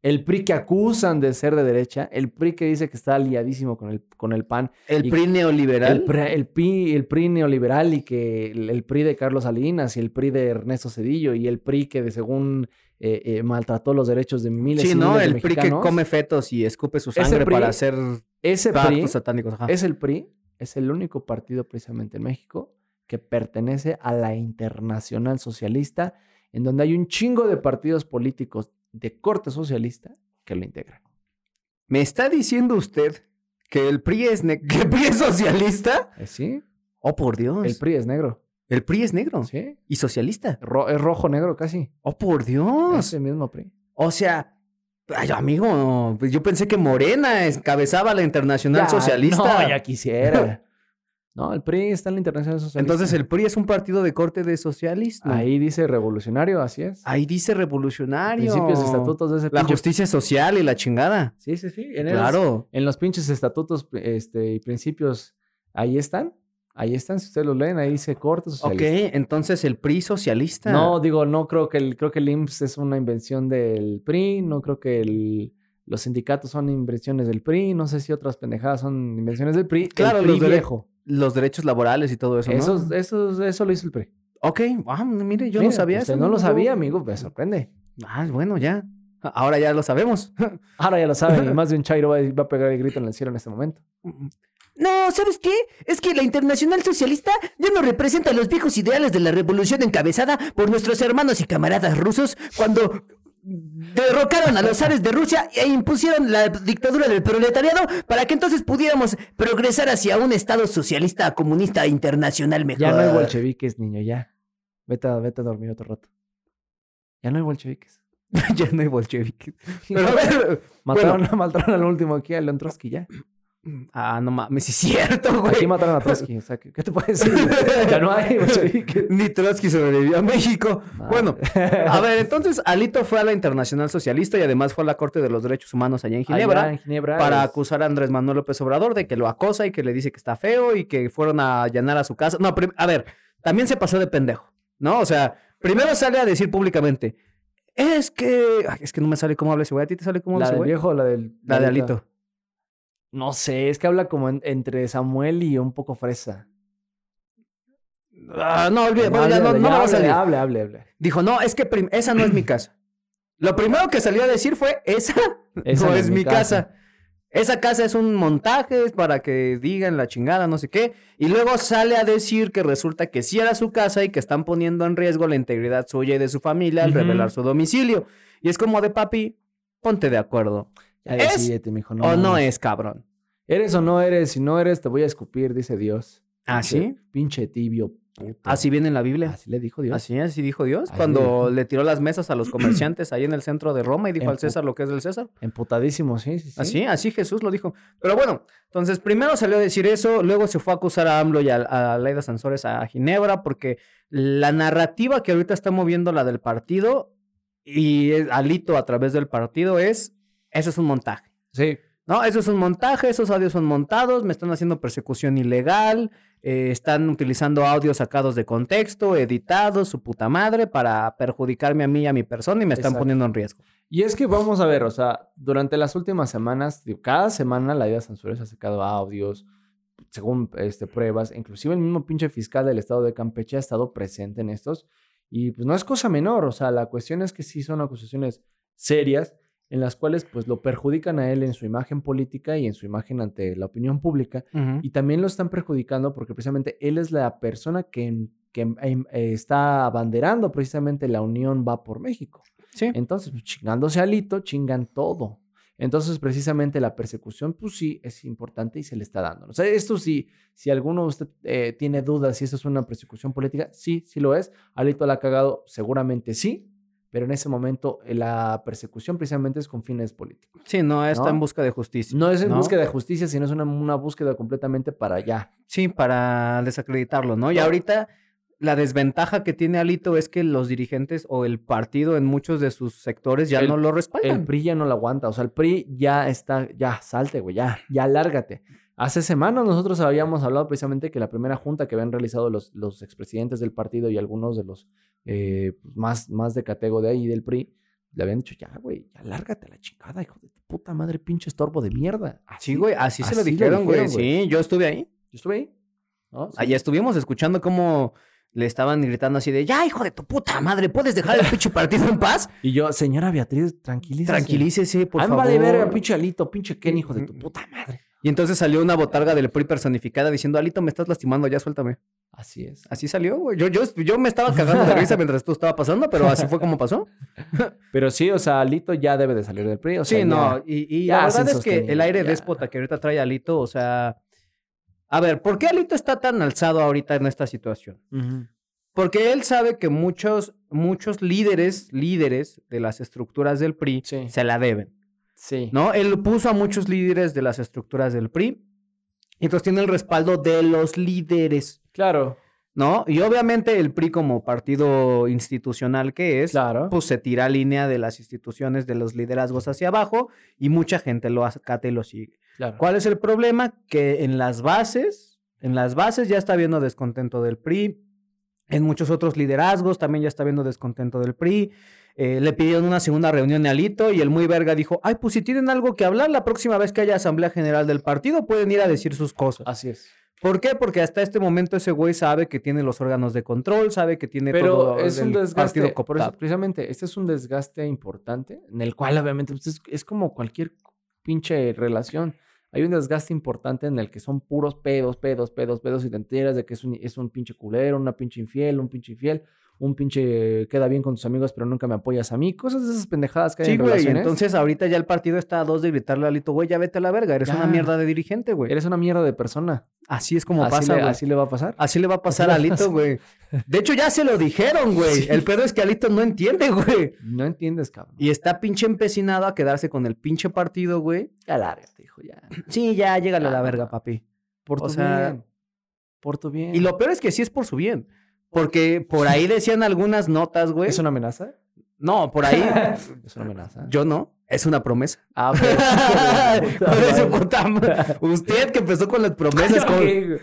[SPEAKER 5] el PRI que acusan de ser de derecha, el PRI que dice que está aliadísimo con el, con el PAN,
[SPEAKER 3] El
[SPEAKER 5] Y-
[SPEAKER 3] PRI neoliberal.
[SPEAKER 5] El, pre- el PRI, el PRI neoliberal y que el, el PRI de Carlos Salinas y el PRI de Ernesto Cedillo y el PRI que de según eh, eh, maltrató los derechos de miles
[SPEAKER 3] sí,
[SPEAKER 5] y
[SPEAKER 3] ¿no?
[SPEAKER 5] miles de
[SPEAKER 3] El PRI que
[SPEAKER 5] mexicanos.
[SPEAKER 3] come fetos y escupe su
[SPEAKER 5] Ese
[SPEAKER 3] sangre
[SPEAKER 5] PRI-
[SPEAKER 3] para hacer Este
[SPEAKER 5] ese PRI
[SPEAKER 3] actos satánicos. Ajá.
[SPEAKER 5] es el PRI es el único partido precisamente en México que pertenece a la Internacional Socialista en donde hay un chingo de partidos políticos de corte socialista que lo integran.
[SPEAKER 3] ¿Me está diciendo usted que el PRI es, ne- <laughs> que el PRI es socialista?
[SPEAKER 5] Eh, ¿Sí?
[SPEAKER 3] Oh, por Dios.
[SPEAKER 5] El PRI es negro.
[SPEAKER 3] El PRI es negro
[SPEAKER 5] ¿Sí?
[SPEAKER 3] y socialista.
[SPEAKER 5] Ro- es rojo negro casi.
[SPEAKER 3] Oh, por
[SPEAKER 5] Es
[SPEAKER 3] Dios.
[SPEAKER 5] el mismo PRI.
[SPEAKER 3] O sea, ay, amigo, pues yo pensé que Morena encabezaba la internacional
[SPEAKER 5] Ya,
[SPEAKER 3] socialista.
[SPEAKER 5] No, ya
[SPEAKER 3] <laughs>
[SPEAKER 5] quisiera. no, el PRI está en la Internacional Socialista.
[SPEAKER 3] Entonces el PRI es un partido de corte de socialismo. Ahí,
[SPEAKER 5] Ahí dice revolucionario, así es.
[SPEAKER 3] dice revolucionario.
[SPEAKER 5] Principios, estatutos de ese
[SPEAKER 3] La
[SPEAKER 5] pinche-
[SPEAKER 3] justicia social y la chingada.
[SPEAKER 5] Sí, sí, sí. En, esos-
[SPEAKER 3] Claro.
[SPEAKER 5] en los pinches estatutos este, y principios, ahí están. Ahí están, si ustedes los leen, ahí dice corte
[SPEAKER 3] Ok,
[SPEAKER 5] socialista.
[SPEAKER 3] entonces el PRI socialista.
[SPEAKER 5] No, digo, no creo que el, creo que el IMSS es una invención del PRI, no creo que el- los sindicatos son invenciones del PRI, no sé si otras pendejadas son invenciones del PRI. El
[SPEAKER 3] Claro,
[SPEAKER 5] PRI
[SPEAKER 3] los dere-
[SPEAKER 5] viejo.
[SPEAKER 3] Los derechos laborales y todo eso, ¿no?
[SPEAKER 5] Eso, eso, eso lo hizo el PRI.
[SPEAKER 3] Ok, ah, mire, yo no
[SPEAKER 5] Mira,
[SPEAKER 3] sabía
[SPEAKER 5] usted
[SPEAKER 3] eso.
[SPEAKER 5] no lo sabía, amigo, pues. me sorprende.
[SPEAKER 3] Ah, bueno, ya. Ahora ya lo sabemos. <laughs>
[SPEAKER 5] Ahora ya lo saben, y más de un chairo va a, va a pegar el grito en el cielo en este momento.
[SPEAKER 3] No, ¿sabes qué? Es que la Internacional Socialista ya no representa los viejos ideales de la revolución encabezada por nuestros hermanos y camaradas rusos cuando derrocaron a
[SPEAKER 5] <laughs>
[SPEAKER 3] los zares de Rusia e impusieron la dictadura del proletariado para que entonces pudiéramos progresar hacia un Estado socialista comunista internacional mejor.
[SPEAKER 5] Ya no hay bolcheviques, niño, ya. Vete a, vete a dormir otro rato. Ya no hay bolcheviques.
[SPEAKER 3] <laughs> ya no hay bolcheviques. Pero a ver...
[SPEAKER 5] mataron, <laughs> mataron al último aquí, a León Trotsky, ya.
[SPEAKER 3] Ah, no mames, es cierto,
[SPEAKER 5] Aquí mataron a Trotsky, o sea, ¿qué, qué te puedes decir?
[SPEAKER 3] <laughs>
[SPEAKER 5] ya no hay bolcheviques.
[SPEAKER 3] Ni Trotsky sobrevivió a México.
[SPEAKER 5] Madre.
[SPEAKER 3] Ah, Bueno, a
[SPEAKER 5] <laughs>
[SPEAKER 3] ver, entonces Alito fue a la Internacional Socialista y además fue a la Corte de los Derechos Humanos allá en Ginebra
[SPEAKER 5] Allá en Ginebra.
[SPEAKER 3] para
[SPEAKER 5] es-
[SPEAKER 3] acusar a Andrés Manuel López Obrador de que lo acosa y que le dice que está feo y que fueron a allanar a su casa. No, prim- a ver, también se pasó de pendejo, ¿no? O sea, primero sale a decir públicamente, es que... ay, es que no me sale cómo habla ese güey. ¿A ti te sale cómo habla
[SPEAKER 5] ¿La
[SPEAKER 3] ese
[SPEAKER 5] del
[SPEAKER 3] güey?
[SPEAKER 5] viejo o la del...?
[SPEAKER 3] La de
[SPEAKER 5] Alito?
[SPEAKER 3] Alito.
[SPEAKER 5] No sé, es que habla como en- entre Samuel y un poco fresa.
[SPEAKER 3] Ah, no, olvida, bueno, ya no,
[SPEAKER 5] Háblale,
[SPEAKER 3] no la vas a
[SPEAKER 5] háblale,
[SPEAKER 3] leer.
[SPEAKER 5] Hable, hable, hable.
[SPEAKER 3] Dijo, no, es que prim- esa no es mi casa. Lo primero que salió a decir fue, esa,
[SPEAKER 5] Esa
[SPEAKER 3] no es mi casa. Esa casa es un montaje es para que digan la chingada, no sé qué. Y luego sale a decir que resulta que sí era su casa y que están poniendo en riesgo la integridad suya y de su familia al
[SPEAKER 5] Ujú.
[SPEAKER 3] revelar su domicilio. Y es como de papi, ponte de acuerdo.
[SPEAKER 5] Ya
[SPEAKER 3] ¿Es
[SPEAKER 5] decídete, mijo.
[SPEAKER 3] o no
[SPEAKER 5] mames.
[SPEAKER 3] es, cabrón.
[SPEAKER 5] Eres o no eres, si no eres, te voy a escupir, dice Dios.
[SPEAKER 3] ¿Ah,
[SPEAKER 5] Pinche-
[SPEAKER 3] sí? ¿Ah,
[SPEAKER 5] Pinche tibio, puto.
[SPEAKER 3] Así viene en la Biblia.
[SPEAKER 5] Así le dijo Dios.
[SPEAKER 3] Así, así dijo Dios.
[SPEAKER 5] Así
[SPEAKER 3] cuando
[SPEAKER 5] dijo.
[SPEAKER 3] le tiró las mesas a los comerciantes ahí en el centro de Roma y dijo
[SPEAKER 5] En
[SPEAKER 3] al César lo que es del César.
[SPEAKER 5] Emputadísimo, sí, sí, sí.
[SPEAKER 3] Así, así Jesús lo dijo. Pero bueno, entonces primero salió a decir eso, luego se fue a acusar a AMLO y a, a Laida Sansores a Ginebra, porque la narrativa que ahorita está moviendo la del partido y es- Alito a través del partido es, eso es un montaje.
[SPEAKER 5] Sí.
[SPEAKER 3] No, eso es un montaje, esos audios son montados, me están haciendo persecución ilegal, eh, están utilizando audios sacados de contexto, editados, su puta madre, para perjudicarme a mí y a mi persona y me están
[SPEAKER 5] Exacto.
[SPEAKER 3] poniendo en riesgo.
[SPEAKER 5] Y es que vamos a ver, o sea, durante las últimas semanas, digo, cada semana la idea Sansores ha sacado audios, según este, pruebas, inclusive el mismo pinche fiscal del estado de Campeche ha estado presente en estos. Y pues no es cosa menor, o sea, la cuestión es que sí son acusaciones serias en las cuales pues lo perjudican a él en su imagen política y en su imagen ante la opinión pública. Y también lo están perjudicando porque precisamente él es la persona que, que, em, eh, está abanderando precisamente la unión va por México.
[SPEAKER 3] Sí.
[SPEAKER 5] Entonces, pues, chingándose a Lito, chingan todo. Entonces, precisamente la persecución, pues sí, es importante y se le está dando. O sea, esto sí, si alguno de usted eh, tiene dudas si esto es una persecución política, sí, sí lo es. Alito la ha cagado, seguramente sí, pero en ese momento eh, la persecución precisamente es con fines políticos.
[SPEAKER 3] Sí, no, está
[SPEAKER 5] ¿No?
[SPEAKER 3] en busca de justicia.
[SPEAKER 5] No es en búsqueda de justicia, sino es una, una búsqueda completamente para allá.
[SPEAKER 3] Sí, para desacreditarlo, ¿no? Y ahorita la desventaja que tiene Alito es que los dirigentes o el partido en muchos de sus sectores ya
[SPEAKER 5] El-
[SPEAKER 3] no lo
[SPEAKER 5] El
[SPEAKER 3] respaldan.
[SPEAKER 5] PRI ya no lo aguanta. O sea, el PRI ya está, ya, salte, güey, ya, ya, lárgate. Hace semanas nosotros habíamos hablado precisamente que la primera junta que habían realizado los, los expresidentes del partido y algunos de los eh, pues, más, más de catego de ahí del PRI, le habían dicho, ya, güey, ya lárgate a la chingada, hijo de tu puta madre, pinche estorbo de mierda.
[SPEAKER 3] Sí, güey, así, se lo
[SPEAKER 5] así lo
[SPEAKER 3] dijeron, güey.
[SPEAKER 5] dijeron, güey.
[SPEAKER 3] Sí, yo estuve ahí.
[SPEAKER 5] Yo estuve ahí. ¿no? Sí.
[SPEAKER 3] Allá estuvimos escuchando cómo le estaban gritando así de, ya, hijo de tu puta madre, ¿puedes dejar el pinche partido en
[SPEAKER 5] <laughs>
[SPEAKER 3] paz?
[SPEAKER 5] Y yo, señora Beatriz, tranquilícese.
[SPEAKER 3] Tranquilícese, por
[SPEAKER 5] Ay, me
[SPEAKER 3] favor.
[SPEAKER 5] Ah,
[SPEAKER 3] Mm,
[SPEAKER 5] vale verga, pinche Alito, pinche Ken, hijo de tu puta madre.
[SPEAKER 3] Y entonces salió una botarga del PRI personificada diciendo, Alito, me estás lastimando, ya suéltame.
[SPEAKER 5] Así es.
[SPEAKER 3] Así salió, güey. Yo, yo, yo me estaba cagando de
[SPEAKER 5] <laughs>
[SPEAKER 3] risa mientras tú estaba pasando, pero así fue como pasó.
[SPEAKER 5] Pero sí, o sea, Alito ya debe de salir del PRI. O
[SPEAKER 3] sí,
[SPEAKER 5] sea, ya-
[SPEAKER 3] no, y, y
[SPEAKER 5] ya
[SPEAKER 3] la
[SPEAKER 5] es
[SPEAKER 3] verdad es que el
[SPEAKER 5] insostenible,
[SPEAKER 3] aire
[SPEAKER 5] ya.
[SPEAKER 3] déspota que ahorita trae Alito, o sea, a ver, ¿por qué Alito está tan alzado ahorita en esta situación?
[SPEAKER 5] Ujú.
[SPEAKER 3] Porque él sabe que muchos, muchos líderes, líderes de las estructuras del PRI <laughs>
[SPEAKER 5] Sí.
[SPEAKER 3] se la deben,
[SPEAKER 5] Sí.
[SPEAKER 3] ¿no? Él puso a muchos líderes de las estructuras del PRI, y entonces tiene el respaldo de los líderes,
[SPEAKER 5] Claro,
[SPEAKER 3] ¿no? Y obviamente el PRI como partido institucional que es,
[SPEAKER 5] claro.
[SPEAKER 3] pues se tira línea de las instituciones, de los liderazgos hacia abajo y mucha gente lo acata y lo sigue.
[SPEAKER 5] claro.
[SPEAKER 3] ¿Cuál es el problema? Que en las bases, en las bases ya está habiendo descontento del PRI, en muchos otros liderazgos también ya está habiendo descontento del PRI. Eh, le pidieron una segunda reunión a Alito y el muy verga dijo, ay, pues si tienen algo que hablar, la próxima vez que haya asamblea general del partido pueden ir a decir sus cosas.
[SPEAKER 5] Así es.
[SPEAKER 3] ¿Por qué? Porque hasta este momento ese güey sabe que tiene los órganos de control, sabe que tiene
[SPEAKER 5] Pero
[SPEAKER 3] todo
[SPEAKER 5] es un
[SPEAKER 3] del
[SPEAKER 5] desgaste.
[SPEAKER 3] partido cooptado.
[SPEAKER 5] por eso, precisamente, este es un desgaste importante en el cual, obviamente, pues, es, es como cualquier pinche relación. Hay un desgaste importante en el que son puros pedos, pedos, pedos, pedos, y te enteras de que es un, es un pinche culero, una pinche infiel, un pinche infiel, un pinche queda bien con tus amigos, pero nunca me apoyas a mí. Cosas de esas pendejadas que hay
[SPEAKER 3] Sí,
[SPEAKER 5] en
[SPEAKER 3] güey.
[SPEAKER 5] relaciones.
[SPEAKER 3] Entonces ahorita ya el partido está a dos de gritarle a Alito, güey, ya vete a la verga, eres
[SPEAKER 5] Ya.
[SPEAKER 3] una mierda de dirigente, güey.
[SPEAKER 5] Eres una mierda de persona.
[SPEAKER 3] Así es como
[SPEAKER 5] así,
[SPEAKER 3] pasa,
[SPEAKER 5] le,
[SPEAKER 3] güey. Así...
[SPEAKER 5] así le va a pasar.
[SPEAKER 3] le va a pasar a
[SPEAKER 5] así le pasa.
[SPEAKER 3] Alito, güey. De hecho, ya se lo dijeron, güey. El pedo es que Alito no entiende, güey.
[SPEAKER 5] No entiendes, cabrón.
[SPEAKER 3] Y está pinche empecinado a quedarse con el pinche partido, güey.
[SPEAKER 5] Ya lárgate, hijo, ya.
[SPEAKER 3] Sí, ya, llégale a
[SPEAKER 5] Ah,
[SPEAKER 3] la
[SPEAKER 5] no
[SPEAKER 3] verga,
[SPEAKER 5] mames.
[SPEAKER 3] papi.
[SPEAKER 5] Por
[SPEAKER 3] O
[SPEAKER 5] tu
[SPEAKER 3] sea,
[SPEAKER 5] bien. Por tu bien.
[SPEAKER 3] Y lo peor es que sí es por su bien. Porque por ahí decían algunas notas, güey.
[SPEAKER 5] ¿Es una <laughs> amenaza?
[SPEAKER 3] No, por
[SPEAKER 5] <laughs>
[SPEAKER 3] ahí.
[SPEAKER 5] Es una amenaza.
[SPEAKER 3] Yo no. Es una promesa.
[SPEAKER 5] Ah,
[SPEAKER 3] <laughs> Hijo de su puta madre. Usted que empezó con las promesas con,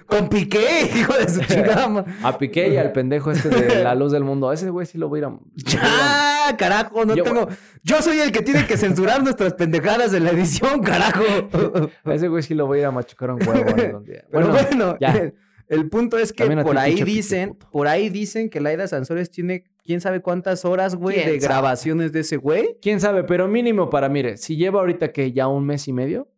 [SPEAKER 3] con Piqué, <laughs> hijo de
[SPEAKER 5] <laughs>
[SPEAKER 3] su chingada. ma-
[SPEAKER 5] A Piqué y al pendejo este de la luz del mundo. A ese güey sí lo voy a ir a.
[SPEAKER 3] <laughs> Ya, Ah, carajo, no
[SPEAKER 5] Yo-
[SPEAKER 3] tengo. Yo soy el que tiene que censurar nuestras pendejadas de la edición, carajo.
[SPEAKER 5] <laughs>
[SPEAKER 3] Pero
[SPEAKER 5] A ese güey sí lo voy a ir a machucar un huevo. en algún
[SPEAKER 3] <laughs>
[SPEAKER 5] día.
[SPEAKER 3] bueno,
[SPEAKER 5] ya.
[SPEAKER 3] el, el punto es que
[SPEAKER 5] También a ti,
[SPEAKER 3] por ahí
[SPEAKER 5] pinche Piqué,
[SPEAKER 3] dicen,
[SPEAKER 5] puto.
[SPEAKER 3] por ahí dicen que Laida Sansores tiene quién sabe cuántas horas, güey,
[SPEAKER 5] ¿Quién
[SPEAKER 3] de
[SPEAKER 5] sabe?
[SPEAKER 3] grabaciones de ese güey.
[SPEAKER 5] Quién sabe, pero mínimo para, mire, si lleva ahorita que ya un mes y medio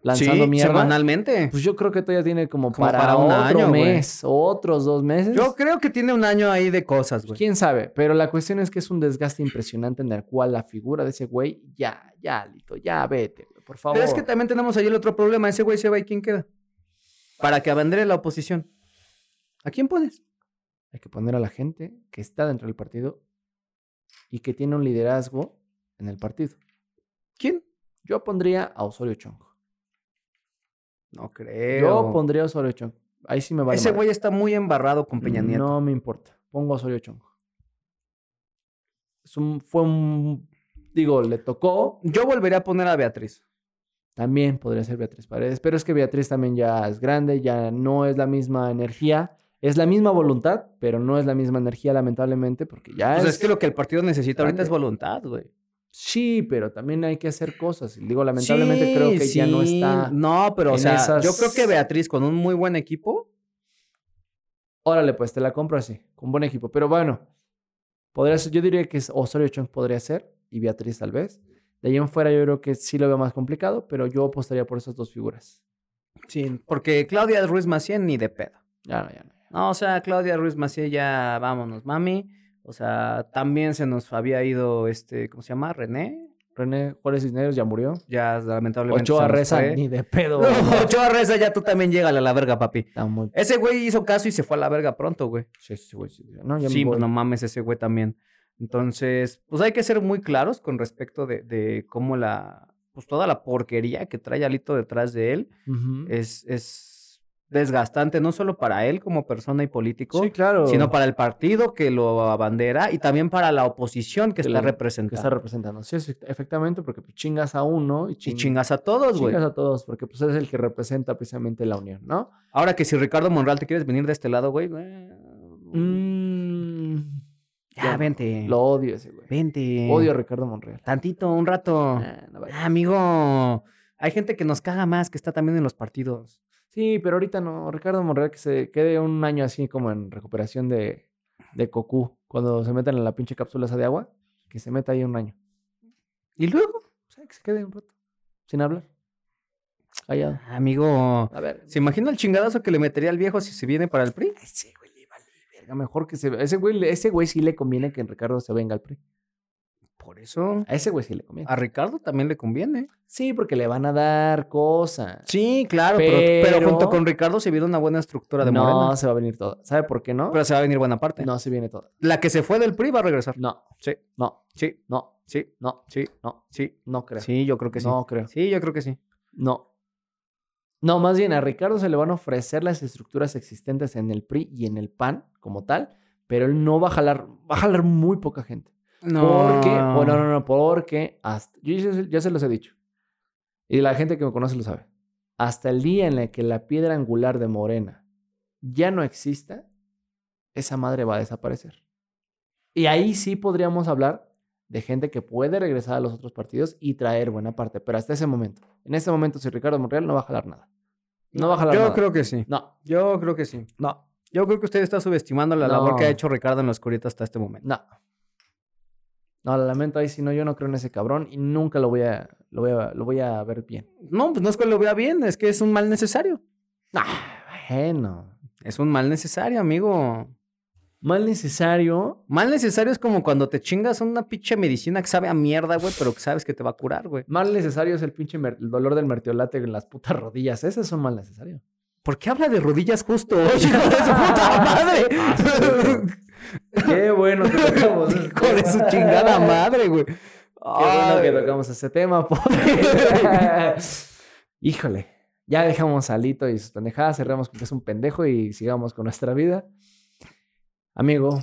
[SPEAKER 5] lanzando
[SPEAKER 3] Sí,
[SPEAKER 5] mierda.
[SPEAKER 3] semanalmente.
[SPEAKER 5] Pues yo creo que todavía tiene como,
[SPEAKER 3] Como
[SPEAKER 5] para,
[SPEAKER 3] para un
[SPEAKER 5] otro
[SPEAKER 3] año, güey.
[SPEAKER 5] mes, otros dos meses.
[SPEAKER 3] Yo creo que tiene un año ahí de cosas, güey.
[SPEAKER 5] ¿Quién sabe? Pero la cuestión es que es un desgaste impresionante en el cual la figura de ese güey, ya, ya, Lito, ya, vete, güey, por favor.
[SPEAKER 3] Pero es que también tenemos ahí el otro problema. Ese güey se va y quién queda. Para que abandere la oposición. ¿A quién pones?
[SPEAKER 5] Hay que poner a la gente que está dentro del partido y que tiene un liderazgo en el partido.
[SPEAKER 3] ¿Quién?
[SPEAKER 5] Yo pondría a Osorio Chong.
[SPEAKER 3] No
[SPEAKER 5] Yo
[SPEAKER 3] creo.
[SPEAKER 5] pondría a Osorio Chong. Ahí sí me vale.
[SPEAKER 3] Ese
[SPEAKER 5] madre.
[SPEAKER 3] güey está muy embarrado con Peña Nieto.
[SPEAKER 5] No me importa. Pongo a Osorio Chong. Es un- fue un... Digo, le tocó.
[SPEAKER 3] Yo volvería a poner a Beatriz.
[SPEAKER 5] También podría ser Beatriz Paredes. Pero es que Beatriz también ya es grande. Ya no es la misma energía. Es la misma voluntad, pero no es la misma energía, lamentablemente, porque ya
[SPEAKER 3] Pues
[SPEAKER 5] es...
[SPEAKER 3] es que lo que el partido necesita ahorita
[SPEAKER 5] grande.
[SPEAKER 3] es voluntad, güey.
[SPEAKER 5] Sí, pero también hay que hacer cosas. Y Digo, lamentablemente creo que ya no
[SPEAKER 3] sí.
[SPEAKER 5] está...
[SPEAKER 3] No, pero o
[SPEAKER 5] en
[SPEAKER 3] sea,
[SPEAKER 5] esas-
[SPEAKER 3] yo creo que Beatriz con un muy buen equipo.
[SPEAKER 5] Órale, pues te la compro así, con buen equipo. Pero bueno, podría ser, yo diría que es Osorio Chong podría ser y Beatriz tal vez. De ahí en fuera yo creo que sí lo veo más complicado, pero yo apostaría por esas dos figuras.
[SPEAKER 3] Sí. Porque Claudia Ruiz Macié ni de pedo.
[SPEAKER 5] Ya no, ya no.
[SPEAKER 3] No, o sea, Claudia Ruiz Macié ya vámonos, mami. O sea, también se nos había ido este, ¿cómo se llama? René.
[SPEAKER 5] René Juárez Cisneros ya murió.
[SPEAKER 3] Ya, lamentablemente.
[SPEAKER 5] Ochoa
[SPEAKER 3] se nos
[SPEAKER 5] Reza,
[SPEAKER 3] fue.
[SPEAKER 5] ni de
[SPEAKER 3] <laughs>
[SPEAKER 5] pedo. <laughs>
[SPEAKER 3] No, Ochoa Reza, ya tú también llégale a la verga, papi.
[SPEAKER 5] Está muy...
[SPEAKER 3] Ese güey hizo caso y se fue a la verga pronto, güey.
[SPEAKER 5] Sí, sí, güey, sí. No, ya me
[SPEAKER 3] Sí,
[SPEAKER 5] voy.
[SPEAKER 3] pues no mames, ese güey también. Entonces, pues hay que ser muy claros con respecto de, de cómo la. Pues toda la porquería que trae Alito detrás de él
[SPEAKER 5] Ujú.
[SPEAKER 3] es, es desgastante, no solo para él como persona y político,
[SPEAKER 5] Sí, claro.
[SPEAKER 3] sino para el partido que lo abandera y también para la oposición que,
[SPEAKER 5] Que
[SPEAKER 3] está
[SPEAKER 5] lo- que está
[SPEAKER 3] representando.
[SPEAKER 5] representando. Sí, sí, efectivamente, porque pues, chingas a uno y,
[SPEAKER 3] Y
[SPEAKER 5] ching-
[SPEAKER 3] chingas a todos, güey.
[SPEAKER 5] chingas a todos, porque pues es el que representa precisamente la unión, ¿no?
[SPEAKER 3] Ahora que si Ricardo Monreal te quieres venir de este lado, güey. eh, Mm. ya,
[SPEAKER 5] yo-
[SPEAKER 3] vente.
[SPEAKER 5] Mm, Lo odio ese güey.
[SPEAKER 3] Vente.
[SPEAKER 5] Odio a Ricardo Monreal.
[SPEAKER 3] Tantito, un rato.
[SPEAKER 5] Ah, no vaya.
[SPEAKER 3] Ah, amigo, hay gente que nos caga más, que está también en los partidos.
[SPEAKER 5] Sí, pero ahorita no. Ricardo Monreal que se quede un año así como en recuperación de, de Cocú, cuando se metan en la pinche cápsula esa de agua, que se meta ahí un año.
[SPEAKER 3] Y luego,
[SPEAKER 5] O sea, que se quede un rato, sin hablar. Callado.
[SPEAKER 3] Ah, amigo,
[SPEAKER 5] A ver,
[SPEAKER 3] ¿se imagina el chingadazo que le metería al viejo si se viene para el PRI?
[SPEAKER 5] ese güey le vale verga. Mejor que se... Ese güey, le- ese güey sí le conviene que Ricardo se venga al PRI.
[SPEAKER 3] Por eso,
[SPEAKER 5] A ese güey sí le conviene.
[SPEAKER 3] a Ricardo también le conviene.
[SPEAKER 5] Sí, porque le van a dar cosas.
[SPEAKER 3] Sí, claro,
[SPEAKER 5] pero-
[SPEAKER 3] pero,
[SPEAKER 5] pero
[SPEAKER 3] junto con Ricardo se viene una buena estructura de
[SPEAKER 5] no
[SPEAKER 3] Morena.
[SPEAKER 5] se va a venir toda. ¿Sabe por qué no?
[SPEAKER 3] Pero se va a venir buena parte.
[SPEAKER 5] No se viene toda.
[SPEAKER 3] La que se fue del PRI va a regresar.
[SPEAKER 5] No,
[SPEAKER 3] Sí,
[SPEAKER 5] no,
[SPEAKER 3] sí,
[SPEAKER 5] no,
[SPEAKER 3] sí,
[SPEAKER 5] no,
[SPEAKER 3] sí,
[SPEAKER 5] no,
[SPEAKER 3] sí.
[SPEAKER 5] no creo.
[SPEAKER 3] Sí, yo creo que sí.
[SPEAKER 5] No creo.
[SPEAKER 3] Sí, yo creo que sí.
[SPEAKER 5] No. No, más bien a Ricardo se le van a ofrecer las estructuras existentes en el PRI y en el PAN como tal, pero él no va a jalar, va a jalar muy poca gente. Porque, bueno, no, no, porque hasta, yo ya se, ya se los he dicho. Y la gente que me conoce lo sabe. Hasta el día en el que la piedra angular de Morena ya no exista, esa madre va a desaparecer. Y ahí sí podríamos hablar de gente que puede regresar a los otros partidos y traer buena parte. Pero hasta ese momento, en ese momento, si Ricardo Monreal no va a jalar nada. No va a jalar
[SPEAKER 3] Yo
[SPEAKER 5] nada.
[SPEAKER 3] creo que sí.
[SPEAKER 5] No,
[SPEAKER 3] Yo creo que sí.
[SPEAKER 5] no,
[SPEAKER 3] Yo creo que usted está subestimando la
[SPEAKER 5] No.
[SPEAKER 3] labor que ha hecho Ricardo en la oscuridad hasta este momento.
[SPEAKER 5] no. No, la lamento ahí, si no, yo no creo en ese cabrón y nunca lo voy a, lo voy a, lo voy a ver bien.
[SPEAKER 3] No, pues no es que lo vea bien, es que es un mal necesario.
[SPEAKER 5] Ah, bueno.
[SPEAKER 3] Es un mal necesario, amigo.
[SPEAKER 5] Mal necesario.
[SPEAKER 3] Mal necesario es como cuando te chingas una pinche medicina que sabe a mierda, güey, pero que sabes que te va a curar, güey.
[SPEAKER 5] Mal necesario es el pinche mer- el dolor del mertiolate en las putas rodillas. Ese es un mal necesario.
[SPEAKER 3] ¿Por qué habla de rodillas justo hoy, hijo de su puta madre? <laughs>
[SPEAKER 5] Qué bueno que <laughs> tocamos. ese
[SPEAKER 3] hijo de su
[SPEAKER 5] tema.
[SPEAKER 3] chingada madre, güey.
[SPEAKER 5] Qué bueno que
[SPEAKER 3] Ay.
[SPEAKER 5] tocamos ese tema. <laughs> porque-
[SPEAKER 3] <laughs>
[SPEAKER 5] Híjole. Ya dejamos a Alito y sus pendejadas. Cerramos con que es un pendejo y sigamos con nuestra vida. Amigo,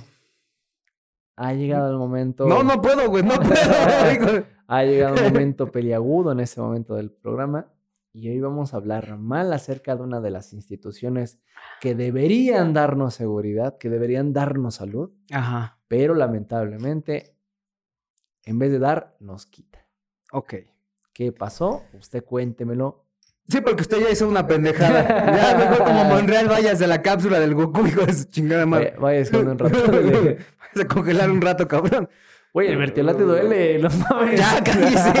[SPEAKER 5] ha llegado el momento.
[SPEAKER 3] No, no puedo, güey, no puedo. hijo de-
[SPEAKER 5] Ha llegado un
[SPEAKER 3] <laughs>
[SPEAKER 5] momento peliagudo en este momento del programa y hoy vamos a hablar mal acerca de una de las instituciones que deberían darnos seguridad, que deberían darnos salud,
[SPEAKER 3] Ajá,
[SPEAKER 5] pero lamentablemente en vez de dar, nos quita.
[SPEAKER 3] ok.
[SPEAKER 5] ¿Qué pasó? Usted cuéntemelo.
[SPEAKER 3] Sí, porque usted ya hizo
[SPEAKER 5] Este,
[SPEAKER 3] una pendejada.
[SPEAKER 5] <laughs>
[SPEAKER 3] Ya mejor como Monreal vayas de la cápsula del Goku, hijo de su chingada madre.
[SPEAKER 5] Vaya, vaya escondiendo un
[SPEAKER 3] <laughs>
[SPEAKER 5] rato. <laughs> de-
[SPEAKER 3] Vas a congelar un rato, cabrón.
[SPEAKER 5] Oye, el vertiolate duele, no mames. <laughs>
[SPEAKER 3] Ya, cállese.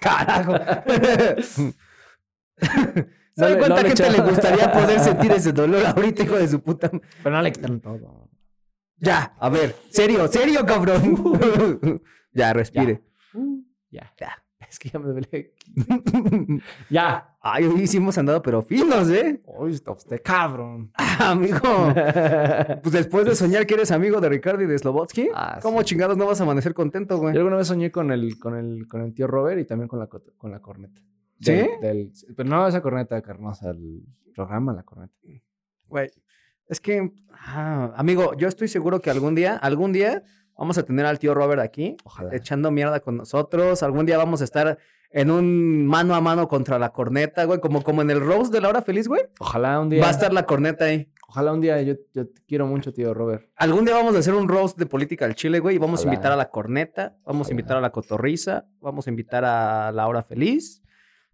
[SPEAKER 3] Carajo. <laughs> ¿Sabe
[SPEAKER 5] le- no
[SPEAKER 3] cuánta
[SPEAKER 5] le
[SPEAKER 3] gente
[SPEAKER 5] echa-
[SPEAKER 3] le gustaría
[SPEAKER 5] <laughs>
[SPEAKER 3] poder sentir ese dolor ahorita, hijo de su puta? ma-
[SPEAKER 5] Pero no le quitan todo.
[SPEAKER 3] Ya, a ver, serio, serio,
[SPEAKER 5] <laughs>
[SPEAKER 3] cabrón. ya, respire.
[SPEAKER 5] Ya. <laughs>
[SPEAKER 3] Ya.
[SPEAKER 5] Es que ya me duele. Ya.
[SPEAKER 3] Ay, hoy sí hemos andado, pero finos, ¿eh? <laughs>
[SPEAKER 5] Uy, está usted <laughs> cabrón.
[SPEAKER 3] Amigo. Pues después de soñar que eres amigo de Ricardo y de Slobotsky,
[SPEAKER 5] Ah,
[SPEAKER 3] ¿cómo chingados no vas a amanecer contento, güey?
[SPEAKER 5] Yo alguna vez soñé con el, con el, con el tío Robert y también con la, cot- con la corneta.
[SPEAKER 3] ¿Sí?
[SPEAKER 5] Del- del- pero no esa corneta carnosa, el programa La Corneta.
[SPEAKER 3] Güey, es que, ah, amigo, yo estoy seguro que algún día, algún día vamos a tener al tío Robert aquí,
[SPEAKER 5] Ojalá.
[SPEAKER 3] echando mierda con nosotros. Algún día vamos a estar en un mano a mano contra la corneta, güey, como, como en el Rose de la hora feliz, güey.
[SPEAKER 5] Ojalá un día.
[SPEAKER 3] Va a estar la corneta ahí.
[SPEAKER 5] Ojalá un día. Yo, yo te quiero mucho, tío Robert.
[SPEAKER 3] Algún día vamos a hacer un roast de política al Chile, güey, y vamos
[SPEAKER 5] Ojalá.
[SPEAKER 3] a invitar a la corneta, vamos
[SPEAKER 5] Ojalá.
[SPEAKER 3] a invitar a la cotorriza, vamos a invitar a la hora feliz,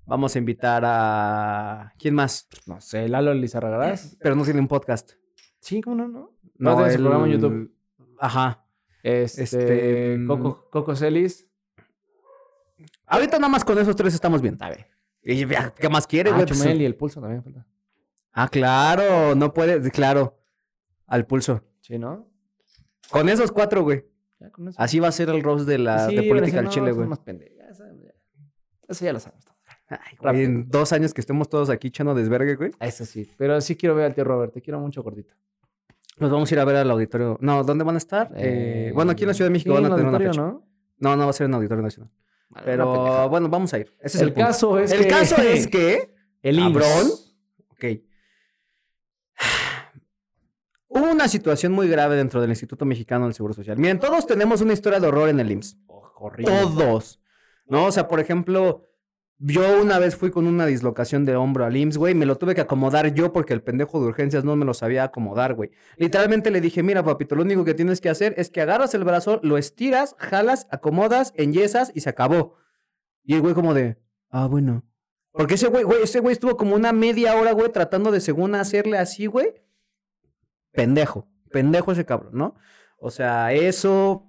[SPEAKER 3] vamos a invitar a... ¿Quién más?
[SPEAKER 5] No sé, Lalo Lizarragaraz.
[SPEAKER 3] Pero no tiene un podcast.
[SPEAKER 5] Sí, ¿cómo no? No, no tiene su
[SPEAKER 3] el-
[SPEAKER 5] programa en YouTube.
[SPEAKER 3] Ajá.
[SPEAKER 5] Este,
[SPEAKER 3] este,
[SPEAKER 5] Coco, Coco Celis.
[SPEAKER 3] Ahorita nada más con esos tres estamos bien. A ver. Y ya, ¿qué más quiere,
[SPEAKER 5] Ah,
[SPEAKER 3] güey? Pues,
[SPEAKER 5] Chumel y el pulso también falta.
[SPEAKER 3] Ah, claro, no puede, claro. Al pulso.
[SPEAKER 5] Sí, ¿no?
[SPEAKER 3] Con esos cuatro, güey.
[SPEAKER 5] Ya con eso.
[SPEAKER 3] Así va a ser el roast de la
[SPEAKER 5] Sí,
[SPEAKER 3] de
[SPEAKER 5] van a
[SPEAKER 3] política
[SPEAKER 5] decir,
[SPEAKER 3] del
[SPEAKER 5] "No,
[SPEAKER 3] Chile,
[SPEAKER 5] son
[SPEAKER 3] güey.
[SPEAKER 5] unos pendejos". Ya sabemos, ya. Eso ya lo sabemos. todos.
[SPEAKER 3] Ay, güey, En dos años que estemos todos aquí echando desvergue, güey.
[SPEAKER 5] Ah, Eso sí. Pero sí quiero ver al tío Robert. Te quiero mucho, gordito.
[SPEAKER 3] Nos vamos a ir a ver al auditorio. No, ¿dónde van a estar? Eh,
[SPEAKER 5] Eh,
[SPEAKER 3] bueno, aquí en la Ciudad de México
[SPEAKER 5] sí,
[SPEAKER 3] van a
[SPEAKER 5] en el
[SPEAKER 3] tener una
[SPEAKER 5] auditorio,
[SPEAKER 3] fecha.
[SPEAKER 5] ¿no?
[SPEAKER 3] ¿no? no, va a ser en Auditorio Nacional.
[SPEAKER 5] Bueno,
[SPEAKER 3] Pero
[SPEAKER 5] una pendejada.
[SPEAKER 3] bueno, vamos a ir. Ese es
[SPEAKER 5] el,
[SPEAKER 3] el, punto.
[SPEAKER 5] caso es
[SPEAKER 3] el
[SPEAKER 5] que- <laughs>
[SPEAKER 3] caso es que.
[SPEAKER 5] El
[SPEAKER 3] Cabrón.
[SPEAKER 5] IMSS.
[SPEAKER 3] Ok. Hubo una situación muy grave dentro del Instituto Mexicano del Seguro Social. Miren, todos tenemos una historia de horror en el IMSS.
[SPEAKER 5] Oh, horrible.
[SPEAKER 3] Todos. ¿No? O sea, por ejemplo, yo una vez fui con una dislocación de hombro al IMSS, güey. Me lo tuve que acomodar yo porque el pendejo de urgencias no me lo sabía acomodar, güey. Literalmente le dije, mira, papito, lo único que tienes que hacer es que agarras el brazo, lo estiras, jalas, acomodas, enyesas y se acabó. Y el güey como de, ah, bueno. Porque ese güey, güey, ese güey estuvo como una media hora, güey, tratando de según hacerle así, güey. Pendejo. Pendejo ese cabrón, ¿no? O sea, eso,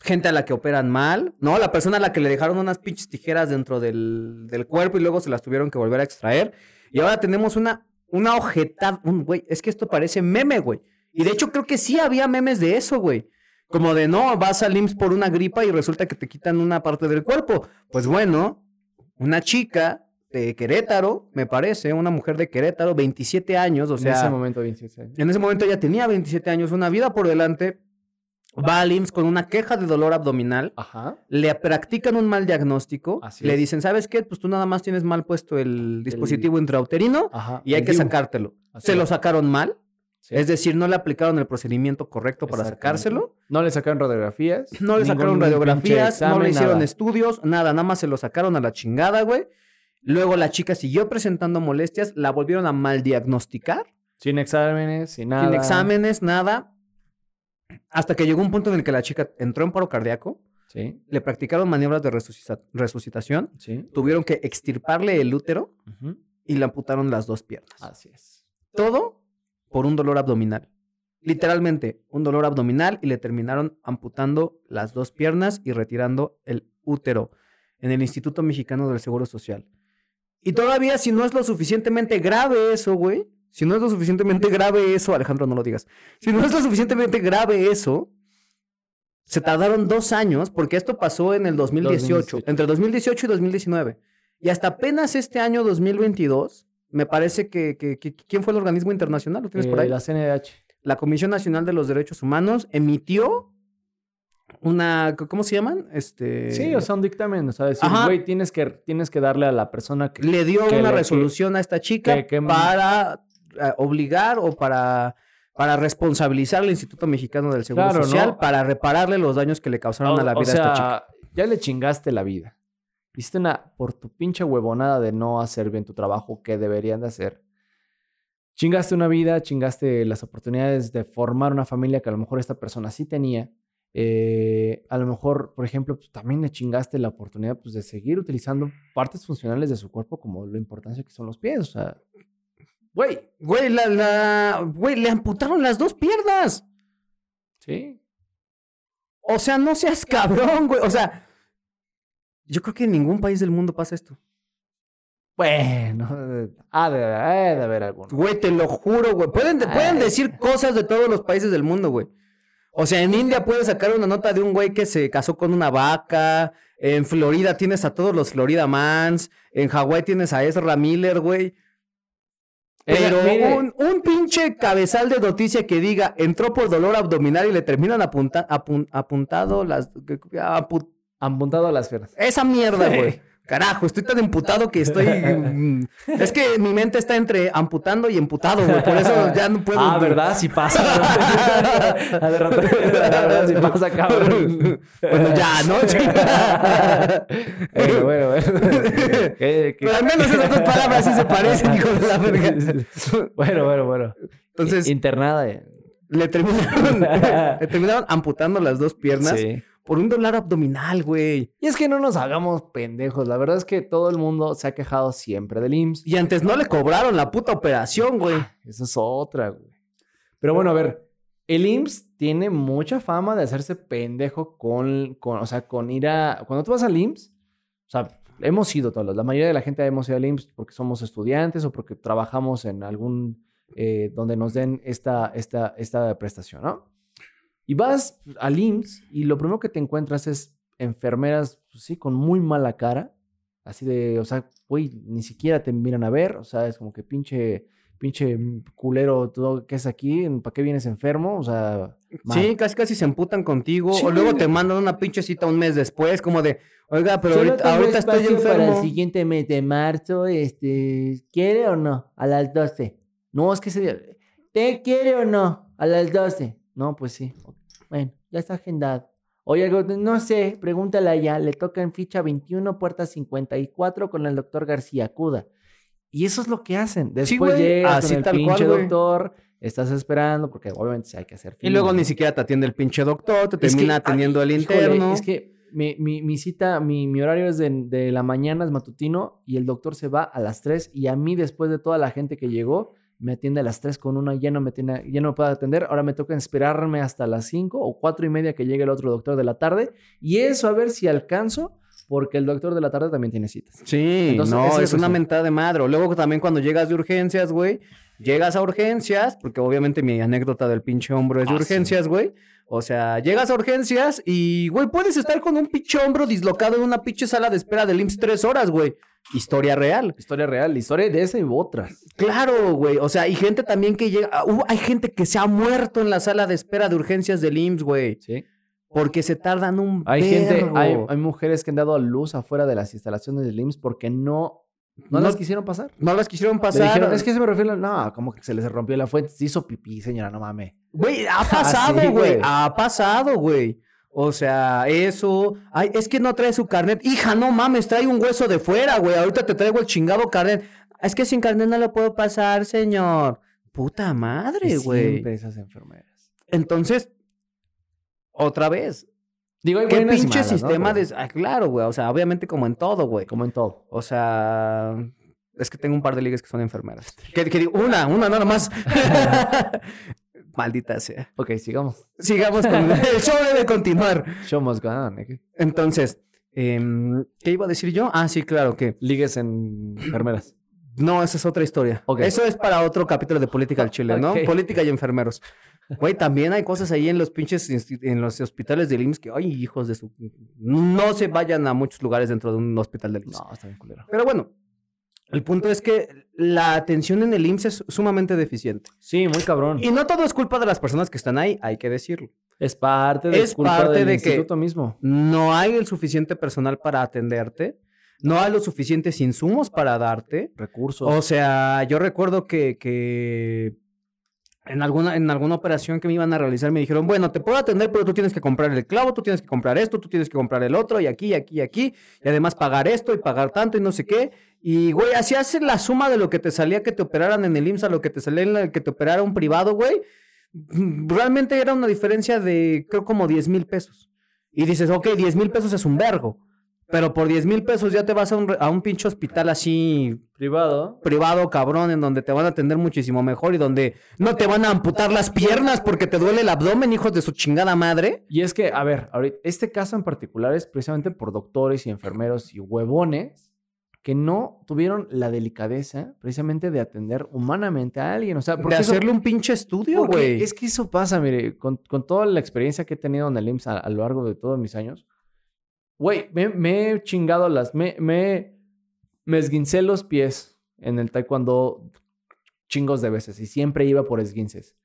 [SPEAKER 3] gente a la que operan mal, ¿no? La persona a la que le dejaron unas pinches tijeras dentro del, del cuerpo y luego se las tuvieron que volver a extraer. Y ahora tenemos una, una ojetada, un güey, es que esto parece meme, güey. Y de hecho creo que sí había memes de eso, güey. Como de, no, vas al IMSS por una gripa y resulta que te quitan una parte del cuerpo. Pues bueno, una chica de Querétaro, me parece, una mujer de Querétaro, 27 años, o sea...
[SPEAKER 5] en ese momento, 26 años.
[SPEAKER 3] En ese momento ella tenía 27 años, una vida por delante. Va al IMSS con una queja de dolor abdominal.
[SPEAKER 5] Ajá.
[SPEAKER 3] Le practican un mal diagnóstico.
[SPEAKER 5] Así
[SPEAKER 3] le
[SPEAKER 5] es.
[SPEAKER 3] dicen, ¿sabes qué? Pues tú nada más tienes mal puesto el dispositivo intrauterino
[SPEAKER 5] Ajá.
[SPEAKER 3] y hay
[SPEAKER 5] El
[SPEAKER 3] que
[SPEAKER 5] DIU.
[SPEAKER 3] sacártelo.
[SPEAKER 5] Así
[SPEAKER 3] Se lo
[SPEAKER 5] es.
[SPEAKER 3] sacaron mal.
[SPEAKER 5] Sí.
[SPEAKER 3] Es decir, no le aplicaron el procedimiento correcto para
[SPEAKER 5] Exactamente.
[SPEAKER 3] sacárselo.
[SPEAKER 5] No le sacaron radiografías.
[SPEAKER 3] No le
[SPEAKER 5] ningún
[SPEAKER 3] sacaron
[SPEAKER 5] pinche
[SPEAKER 3] radiografías, no
[SPEAKER 5] examen,
[SPEAKER 3] le hicieron
[SPEAKER 5] nada.
[SPEAKER 3] estudios, nada. Nada más se lo sacaron a la chingada, güey. Luego la chica siguió presentando molestias, la volvieron a mal diagnosticar.
[SPEAKER 5] Sin exámenes, sin nada.
[SPEAKER 3] sin exámenes, nada. Hasta que llegó un punto en el que la chica entró en paro cardíaco,
[SPEAKER 5] Sí,
[SPEAKER 3] le practicaron maniobras de resucita- resucitación,
[SPEAKER 5] sí.
[SPEAKER 3] tuvieron que extirparle el útero
[SPEAKER 5] Ujú.
[SPEAKER 3] y le amputaron las dos piernas.
[SPEAKER 5] Así es.
[SPEAKER 3] Todo por un dolor abdominal. Literalmente, un dolor abdominal y le terminaron amputando las dos piernas y retirando el útero en el Instituto Mexicano del Seguro Social. Y todavía, si no es lo suficientemente grave eso, güey, si no es lo suficientemente grave eso, Alejandro, no lo digas, si no es lo suficientemente grave eso, se tardaron dos años, porque esto pasó en el 2018,
[SPEAKER 5] 2018.
[SPEAKER 3] entre 2018 y 2019. Y hasta apenas este año 2022, me parece que, que- que- ¿quién fue el organismo internacional? ¿Lo tienes por
[SPEAKER 5] Eh,
[SPEAKER 3] ahí?
[SPEAKER 5] La CNDH.
[SPEAKER 3] la Comisión Nacional de los Derechos Humanos emitió una, ¿cómo se llaman? Este,
[SPEAKER 5] Sí, o sea, un dictamen. O sea, decir,
[SPEAKER 3] Ajá.
[SPEAKER 5] güey, tienes que, tienes que darle a la persona que.
[SPEAKER 3] le dio
[SPEAKER 5] que
[SPEAKER 3] una
[SPEAKER 5] le-
[SPEAKER 3] resolución a esta chica
[SPEAKER 5] que- que-
[SPEAKER 3] para eh, obligar o para, para responsabilizar al Instituto Mexicano del Seguro
[SPEAKER 5] Claro, ¿no?
[SPEAKER 3] Social para repararle los daños que le causaron a la vida a esta chica.
[SPEAKER 5] ya le chingaste la vida. Hiciste una por tu pinche huevonada de no hacer bien tu trabajo que deberían de hacer. Chingaste una vida, chingaste las oportunidades de formar una familia que a lo mejor esta persona sí tenía. Eh, a lo mejor, por ejemplo, pues, también le chingaste la oportunidad pues, de seguir utilizando partes funcionales de su cuerpo como la importancia que son los pies. O sea,
[SPEAKER 3] Güey, güey, la, la, güey, le amputaron las dos piernas.
[SPEAKER 5] sí.
[SPEAKER 3] O sea, no seas cabrón, güey. O sea, yo creo que en ningún país del mundo pasa esto.
[SPEAKER 5] Bueno, <laughs> ha de, ha de haber alguno.
[SPEAKER 3] Güey, te lo juro, güey. Pueden,
[SPEAKER 5] Ay.
[SPEAKER 3] pueden decir cosas de todos los países del mundo, güey. O sea, en India puedes sacar una nota de un güey que se casó con una vaca. En Florida tienes a todos los Florida Mans. En Hawái tienes a Ezra Miller, güey. Pero
[SPEAKER 5] Ella- mire,
[SPEAKER 3] un, un pinche cabezal de noticia que diga entró por dolor abdominal y le terminan apunta, apun- apuntado las. apu-
[SPEAKER 5] apuntado a las piernas.
[SPEAKER 3] esa mierda, güey. Carajo, estoy tan emputado que estoy. mm, es que mi mente está entre amputando y emputado, güey. Por eso ya no puedo.
[SPEAKER 5] Ah, ¿verdad? Sí pasa.
[SPEAKER 3] <laughs>
[SPEAKER 5] ¿verdad? de rato, la verdad, sí pasa, cabrón.
[SPEAKER 3] Bueno, ya, ¿no?
[SPEAKER 5] <laughs> Bueno, bueno,
[SPEAKER 3] <laughs>
[SPEAKER 5] bueno. Que- que-
[SPEAKER 3] Pero al menos esas dos palabras sí se parecen, hijo
[SPEAKER 5] <laughs>
[SPEAKER 3] de la verga.
[SPEAKER 5] Bueno, bueno, bueno.
[SPEAKER 3] Entonces,
[SPEAKER 5] Internada. eh.
[SPEAKER 3] le
[SPEAKER 5] <laughs>
[SPEAKER 3] terminaron, <laughs> le terminaron amputando las dos piernas
[SPEAKER 5] Sí.
[SPEAKER 3] por un dolor abdominal, güey.
[SPEAKER 5] Y es que no nos hagamos pendejos. La verdad es que todo el mundo se ha quejado siempre del IMSS.
[SPEAKER 3] Y antes no le cobraron la puta operación, güey.
[SPEAKER 5] Esa es otra, güey. Pero bueno, a ver. El IMSS tiene mucha fama de hacerse pendejo con, con, o sea, con ir a... Cuando tú vas al IMSS, o sea, hemos ido todos. La mayoría de la gente hemos ido al IMSS porque somos estudiantes o porque trabajamos en algún... eh, donde nos den esta, esta, esta prestación, ¿no? Y vas al IMSS y lo primero que te encuentras es enfermeras, pues sí, con muy mala cara. Así de, o sea, güey, ni siquiera te miran a ver. O sea, es como que pinche, pinche culero, todo que es aquí, ¿para qué vienes enfermo? O sea, mal.
[SPEAKER 3] Sí, casi casi se emputan contigo.
[SPEAKER 6] Sí.
[SPEAKER 3] O luego te mandan una pinche cita un mes después, como de, oiga, pero
[SPEAKER 5] Solo tengo
[SPEAKER 3] ahorita, ahorita estoy
[SPEAKER 5] espacio Para
[SPEAKER 3] enfermo.
[SPEAKER 5] el siguiente mes de marzo, este, ¿quiere o no? A las 12. No, es que ese día. ¿Te quiere o no? A las 12. No, pues sí. Bueno, ya está agendado. Oye, algo, no sé, pregúntale allá. Le toca en ficha 21, puerta 54 con el doctor García Cuda. Y eso es lo que hacen. Después
[SPEAKER 3] güey.
[SPEAKER 5] llegas
[SPEAKER 3] Así
[SPEAKER 5] con el
[SPEAKER 3] tal cual,
[SPEAKER 5] pinche
[SPEAKER 3] güey.
[SPEAKER 5] doctor, estás esperando, porque obviamente sí hay que hacer
[SPEAKER 3] Y luego
[SPEAKER 5] fila,
[SPEAKER 3] ni
[SPEAKER 5] ¿no?
[SPEAKER 3] siquiera te atiende el pinche doctor, te
[SPEAKER 5] Es que-
[SPEAKER 3] termina atendiendo el
[SPEAKER 5] Híjole,
[SPEAKER 3] interno.
[SPEAKER 5] es que mi, mi- mi cita, mi, mi horario es de, de la mañana, es matutino, y el doctor se va a las 3 y a mí, después de toda la gente que llegó, me atiende a las 3 con una, ya no me, tiene, ya no me puede atender, ahora me toca esperarme hasta las 5 o 4 y media que llegue el otro doctor de la tarde, y eso a ver si alcanzo, porque el doctor de la tarde también tiene citas.
[SPEAKER 3] Sí,
[SPEAKER 5] Entonces, esa
[SPEAKER 3] no,
[SPEAKER 5] es la
[SPEAKER 3] es una
[SPEAKER 5] cuestión.
[SPEAKER 3] mentada de madre. O Luego también cuando llegas de urgencias, güey, llegas a urgencias, porque obviamente mi anécdota del pinche hombro es de
[SPEAKER 5] Ah, sí.
[SPEAKER 3] urgencias, güey. O sea, llegas a urgencias y, güey, puedes estar con un pinche hombro dislocado en una pinche sala de espera del IMSS tres horas, güey. Historia real.
[SPEAKER 5] Historia real, historia de esa y otras.
[SPEAKER 3] Claro, güey. O sea, y gente también que llega. ah, hubo- hay gente que se ha muerto en la sala de espera de urgencias del IMSS, güey.
[SPEAKER 5] Sí.
[SPEAKER 3] Porque se tardan un.
[SPEAKER 5] Hay gente,
[SPEAKER 3] vergo.
[SPEAKER 5] hay, hay mujeres que han dado a luz afuera de las instalaciones del IMSS porque no, no,
[SPEAKER 3] No-
[SPEAKER 5] las quisieron pasar.
[SPEAKER 3] No las quisieron
[SPEAKER 5] Le
[SPEAKER 3] pasar.
[SPEAKER 5] dijeron, es que se me refiero, no, como que se les rompió la fuente, se hizo pipí, señora, no mames.
[SPEAKER 3] Güey, ha pasado,
[SPEAKER 5] Ah, sí,
[SPEAKER 3] güey.
[SPEAKER 5] güey.
[SPEAKER 3] ha pasado, güey. O sea, eso. Ay, es que no trae su carnet. Hija, no mames, trae un hueso de fuera, güey. Ahorita te traigo el chingado carnet. Es que sin carnet no lo puedo pasar, señor. Puta madre,
[SPEAKER 5] Y
[SPEAKER 3] güey.
[SPEAKER 5] Siempre esas enfermeras.
[SPEAKER 3] Entonces, otra vez.
[SPEAKER 5] Digo, hay
[SPEAKER 3] ¿Qué
[SPEAKER 5] buenas y
[SPEAKER 3] pinche
[SPEAKER 5] malas, ¿no?
[SPEAKER 3] sistema
[SPEAKER 5] Pero,
[SPEAKER 3] de.? Ah, claro, güey. O sea, obviamente como en todo, güey.
[SPEAKER 5] Como en todo.
[SPEAKER 3] O sea, es que tengo un par de ligas que son enfermeras. Que, que digo, una, una nada
[SPEAKER 5] <laughs>
[SPEAKER 3] más. Maldita sea.
[SPEAKER 5] Ok, sigamos.
[SPEAKER 3] Sigamos con el <laughs> show debe continuar.
[SPEAKER 5] Show must go on. ¿eh?
[SPEAKER 3] Entonces, em, ¿qué iba a decir yo? Ah, sí, claro que
[SPEAKER 5] Ligues en enfermeras.
[SPEAKER 3] no, esa es otra historia.
[SPEAKER 5] Ok.
[SPEAKER 3] Eso es para otro capítulo de política del Chile, ¿no?
[SPEAKER 5] Ok.
[SPEAKER 3] Política y enfermeros. Güey, también hay cosas ahí en los pinches insti- en los hospitales del IMSS que, ay, hijos de su no se vayan a muchos lugares dentro de un hospital del IMSS.
[SPEAKER 5] No, está bien culero.
[SPEAKER 3] Pero bueno, el punto es que la atención en el IMSS es sumamente deficiente.
[SPEAKER 5] Sí, muy cabrón.
[SPEAKER 3] Y no todo es culpa de las personas que están ahí, hay que decirlo.
[SPEAKER 5] Es parte de
[SPEAKER 3] Es parte
[SPEAKER 5] del
[SPEAKER 3] de que-
[SPEAKER 5] instituto mismo.
[SPEAKER 3] no hay el suficiente personal para atenderte, no hay los suficientes insumos para darte.
[SPEAKER 5] Recursos.
[SPEAKER 3] O sea, yo recuerdo que, que en, alguna, en alguna operación que me iban a realizar me dijeron, bueno, te puedo atender, pero tú tienes que comprar el clavo, tú tienes que comprar esto, tú tienes que comprar el otro, y aquí, y aquí, y aquí, y además pagar esto y pagar tanto y no sé qué. Y, güey, así haces la suma de lo que te salía que te operaran en el IMSS a lo que te salía en la- que te operara un privado, güey. Mm, Realmente era una diferencia de, creo, como 10 mil pesos. Y dices, ok, 10 mil pesos es un vergo. Pero por 10 mil pesos ya te vas a un, re- a un pinche hospital así
[SPEAKER 5] privado.
[SPEAKER 3] privado cabrón en donde te van a atender muchísimo mejor y donde no te van a amputar las piernas porque te duele el abdomen, hijos de su chingada madre.
[SPEAKER 5] Y es que, a ver, ahorita, este caso en particular es precisamente por doctores y enfermeros y huevones que no tuvieron la delicadeza precisamente de atender humanamente a alguien. O sea,
[SPEAKER 3] de
[SPEAKER 5] Ah, porque eso-
[SPEAKER 3] hacerle un pinche estudio,
[SPEAKER 5] Porque
[SPEAKER 3] güey.
[SPEAKER 5] Es que eso pasa, mire, con, con toda la experiencia que he tenido en el IMSS a, a lo largo de todos mis años, güey, me, me he chingado las, me, me, me esguincé los pies en el taekwondo chingos de veces y siempre iba por esguinces.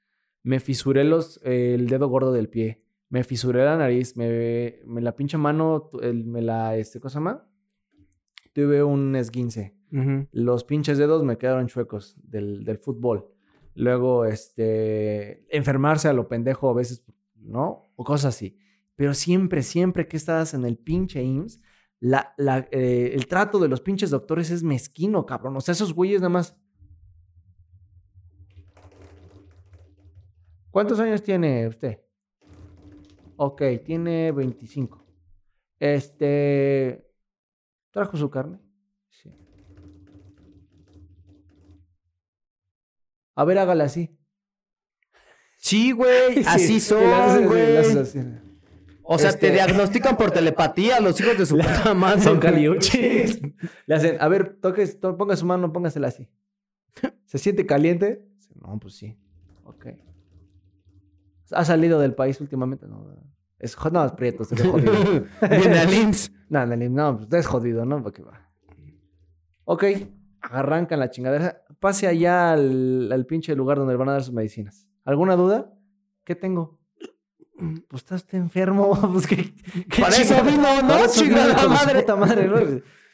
[SPEAKER 5] Me fisuré los, eh, el dedo gordo del pie, me fisuré la nariz, me, me la pinche mano, tu- el- me la, este, ¿cómo se llama? Tuve un esguince
[SPEAKER 3] Ujú.
[SPEAKER 5] los pinches dedos me quedaron chuecos del, del fútbol. Luego, este, enfermarse a lo pendejo a veces, ¿no? O cosas así. Pero siempre, siempre que estás en el pinche IMSS, la, la, eh, el trato de los pinches doctores es mezquino, cabrón. O sea, esos güeyes nada más. ¿Cuántos años tiene usted? Ok, tiene 25. Este. ¿Trajo su carne? Sí. A ver, hágala así.
[SPEAKER 3] Sí,
[SPEAKER 5] <laughs>
[SPEAKER 3] güey, así
[SPEAKER 5] Y le
[SPEAKER 3] son,
[SPEAKER 5] haces- le haces
[SPEAKER 3] güey.
[SPEAKER 5] así.
[SPEAKER 3] O sea, te
[SPEAKER 5] Este-
[SPEAKER 3] diagnostican por telepatía los hijos de
[SPEAKER 5] <laughs>
[SPEAKER 3] su puta madre.
[SPEAKER 5] Son
[SPEAKER 3] güey.
[SPEAKER 5] caliuchis. Le hacen, a ver, toque, to- ponga su mano, póngasela así. ¿Se siente caliente? Dice, No, pues sí. Ok. ¿Ha salido del país últimamente? No, ¿verdad? es, jo- no, es prieto, se ve jodido.
[SPEAKER 3] Viene al IMSS.
[SPEAKER 5] no, no, no, pues, es jodido, ¿no? Porque va. Ok, arrancan la chingadera. Pase allá al, al pinche lugar donde le van a dar sus medicinas. ¿Alguna duda? ¿Qué tengo? Pues estás enfermo, <laughs> pues que...
[SPEAKER 3] Para eso vino, ¿no? Chingada madre.
[SPEAKER 5] Puta madre, ¿no?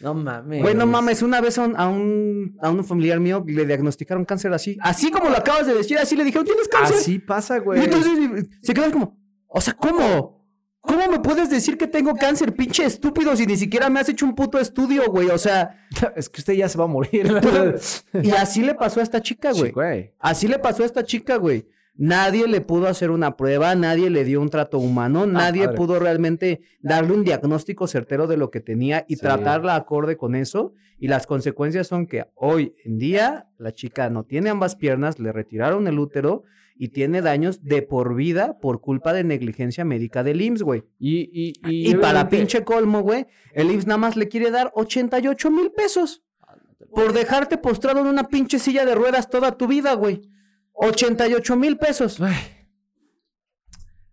[SPEAKER 5] No mames.
[SPEAKER 3] Güey, no mames, una vez a un, a un, a un familiar mío le diagnosticaron cáncer así. Así como lo acabas de decir, así le dijeron, tienes cáncer.
[SPEAKER 5] Así pasa,
[SPEAKER 3] Y
[SPEAKER 5] güey.
[SPEAKER 3] entonces se quedan como, o sea, ¿cómo? ¿Cómo me puedes decir que tengo cáncer, pinche estúpido, si ni siquiera me has hecho un puto estudio, güey? O sea,
[SPEAKER 5] Es que usted ya se va
[SPEAKER 3] <laughs>
[SPEAKER 5] a morir. la verdad.
[SPEAKER 3] y así le pasó a esta chica,
[SPEAKER 5] Sí,
[SPEAKER 3] güey.
[SPEAKER 5] güey.
[SPEAKER 3] Así le pasó a esta chica, güey. Nadie le pudo hacer una prueba, nadie le dio un trato humano, nadie
[SPEAKER 5] Ah, padre.
[SPEAKER 3] pudo realmente darle un diagnóstico certero de lo que tenía y
[SPEAKER 5] Sí.
[SPEAKER 3] tratarla acorde con eso. Y las consecuencias son que hoy en día la chica no tiene ambas piernas, le retiraron el útero y tiene daños de por vida por culpa de negligencia médica del IMSS, güey.
[SPEAKER 5] Y, y, y,
[SPEAKER 3] Y, para
[SPEAKER 5] obviamente-
[SPEAKER 3] pinche colmo, güey, el IMSS nada más le quiere dar 88 mil pesos por dejarte postrado en una pinche silla de ruedas toda tu vida, güey. 88 mil pesos.
[SPEAKER 5] Ay.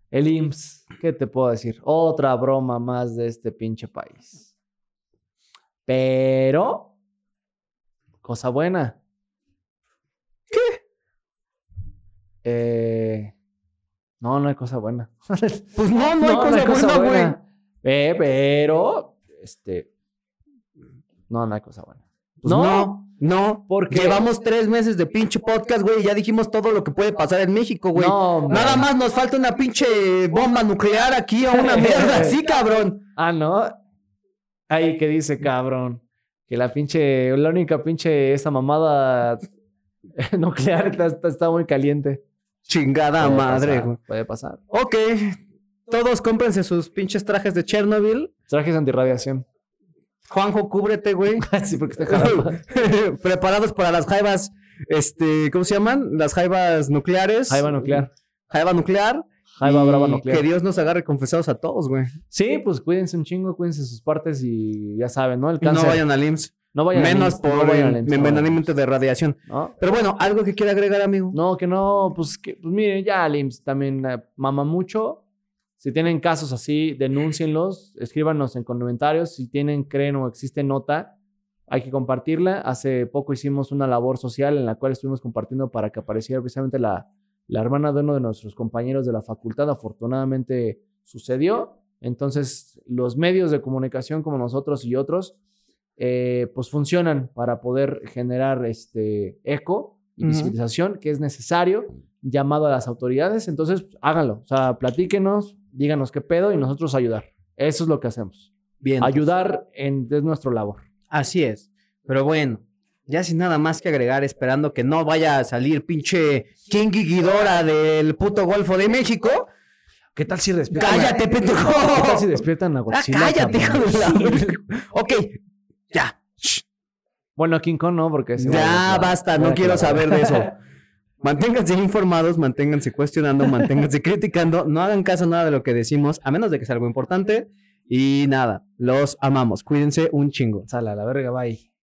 [SPEAKER 5] El IMSS, ¿qué te puedo decir? Otra broma más de este pinche país. Pero, cosa buena. ¿Qué? Eh, no, no hay cosa buena. <laughs>
[SPEAKER 3] Pues no, no, hay cosa buena, güey.
[SPEAKER 5] Eh, pero, este, no, no hay cosa buena.
[SPEAKER 3] Pues no, no,
[SPEAKER 5] Porque-
[SPEAKER 3] llevamos tres meses de pinche podcast, güey, y ya dijimos todo lo que puede pasar en México, güey.
[SPEAKER 5] No,
[SPEAKER 3] Nada
[SPEAKER 5] man.
[SPEAKER 3] más nos falta una pinche bomba nuclear aquí o <laughs> una mierda así, cabrón.
[SPEAKER 5] Ah, no. Ahí que dice, cabrón. Que la pinche, la única pinche, esa mamada <laughs> nuclear está, está- está muy caliente.
[SPEAKER 3] Chingada
[SPEAKER 5] Puede
[SPEAKER 3] madre,
[SPEAKER 5] pasar,
[SPEAKER 3] güey.
[SPEAKER 5] Puede pasar.
[SPEAKER 3] Ok, todos cómprense sus pinches trajes de Chernobyl.
[SPEAKER 5] Trajes antirradiación. <laughs>
[SPEAKER 3] Juanjo, cúbrete, güey.
[SPEAKER 5] sí, porque
[SPEAKER 3] <laughs>
[SPEAKER 5] está jalando.
[SPEAKER 3] Preparados para las jaivas, este, ¿cómo se llaman? Las jaivas nucleares.
[SPEAKER 5] Jaiba nuclear.
[SPEAKER 3] Jaiva nuclear.
[SPEAKER 5] Jaiba
[SPEAKER 3] Y
[SPEAKER 5] brava nuclear.
[SPEAKER 3] Que Dios nos agarre confesados a todos, güey.
[SPEAKER 5] Sí, pues cuídense un chingo, cuídense sus partes y ya saben, ¿no? El
[SPEAKER 3] Y no
[SPEAKER 5] cáncer.
[SPEAKER 3] vayan al IMSS.
[SPEAKER 5] no vayan al
[SPEAKER 3] menos
[SPEAKER 5] IMSS, no
[SPEAKER 3] por el
[SPEAKER 5] vayan al IMSS, no vayan al
[SPEAKER 3] envenenamiento de radiación.
[SPEAKER 5] IMSS, ¿no?
[SPEAKER 3] Pero bueno, algo que quiera agregar, amigo.
[SPEAKER 5] No, que no, pues, que, pues miren, ya el IMSS también eh, mama mucho. Si tienen casos así, denúncienlos, escríbanos en comentarios. Si tienen, creen o existe nota, hay que compartirla. Hace poco hicimos una labor social en la cual estuvimos compartiendo para que apareciera precisamente la, la hermana de uno de nuestros compañeros de la facultad. Afortunadamente sucedió. Entonces, los medios de comunicación como nosotros y otros, eh, pues funcionan para poder generar este eco y
[SPEAKER 3] Ujú.
[SPEAKER 5] visibilización que es necesario, llamado a las autoridades. Entonces, háganlo. O sea, platíquenos, díganos qué pedo y nosotros ayudar. Eso es lo que hacemos.
[SPEAKER 3] Bien.
[SPEAKER 5] Ayudar en, es nuestro labor.
[SPEAKER 3] Así es. Pero bueno, ya sin nada más que agregar, esperando que no vaya a salir pinche King Guidora del puto Golfo de México.
[SPEAKER 5] ¿Qué tal si despiertan?
[SPEAKER 3] ¡Cállate,
[SPEAKER 5] <laughs>
[SPEAKER 3] pendejo!
[SPEAKER 5] ¿Qué tal si despiertan a
[SPEAKER 3] Ah,
[SPEAKER 5] Godzilla?
[SPEAKER 3] cállate, hijo
[SPEAKER 5] cabrón?
[SPEAKER 3] de la- Ok, ya.
[SPEAKER 5] Bueno, King Kong no, porque... ese güey
[SPEAKER 3] Ya
[SPEAKER 5] es la-
[SPEAKER 3] basta,
[SPEAKER 5] la
[SPEAKER 3] no
[SPEAKER 5] de
[SPEAKER 3] quiero
[SPEAKER 5] la-
[SPEAKER 3] saber de eso. Manténganse informados, manténganse cuestionando, manténganse <laughs> criticando, no hagan caso a nada de lo que decimos, a menos de que sea algo importante. Y nada, los amamos. Cuídense un chingo.
[SPEAKER 5] <laughs> Sala, la verga, bye.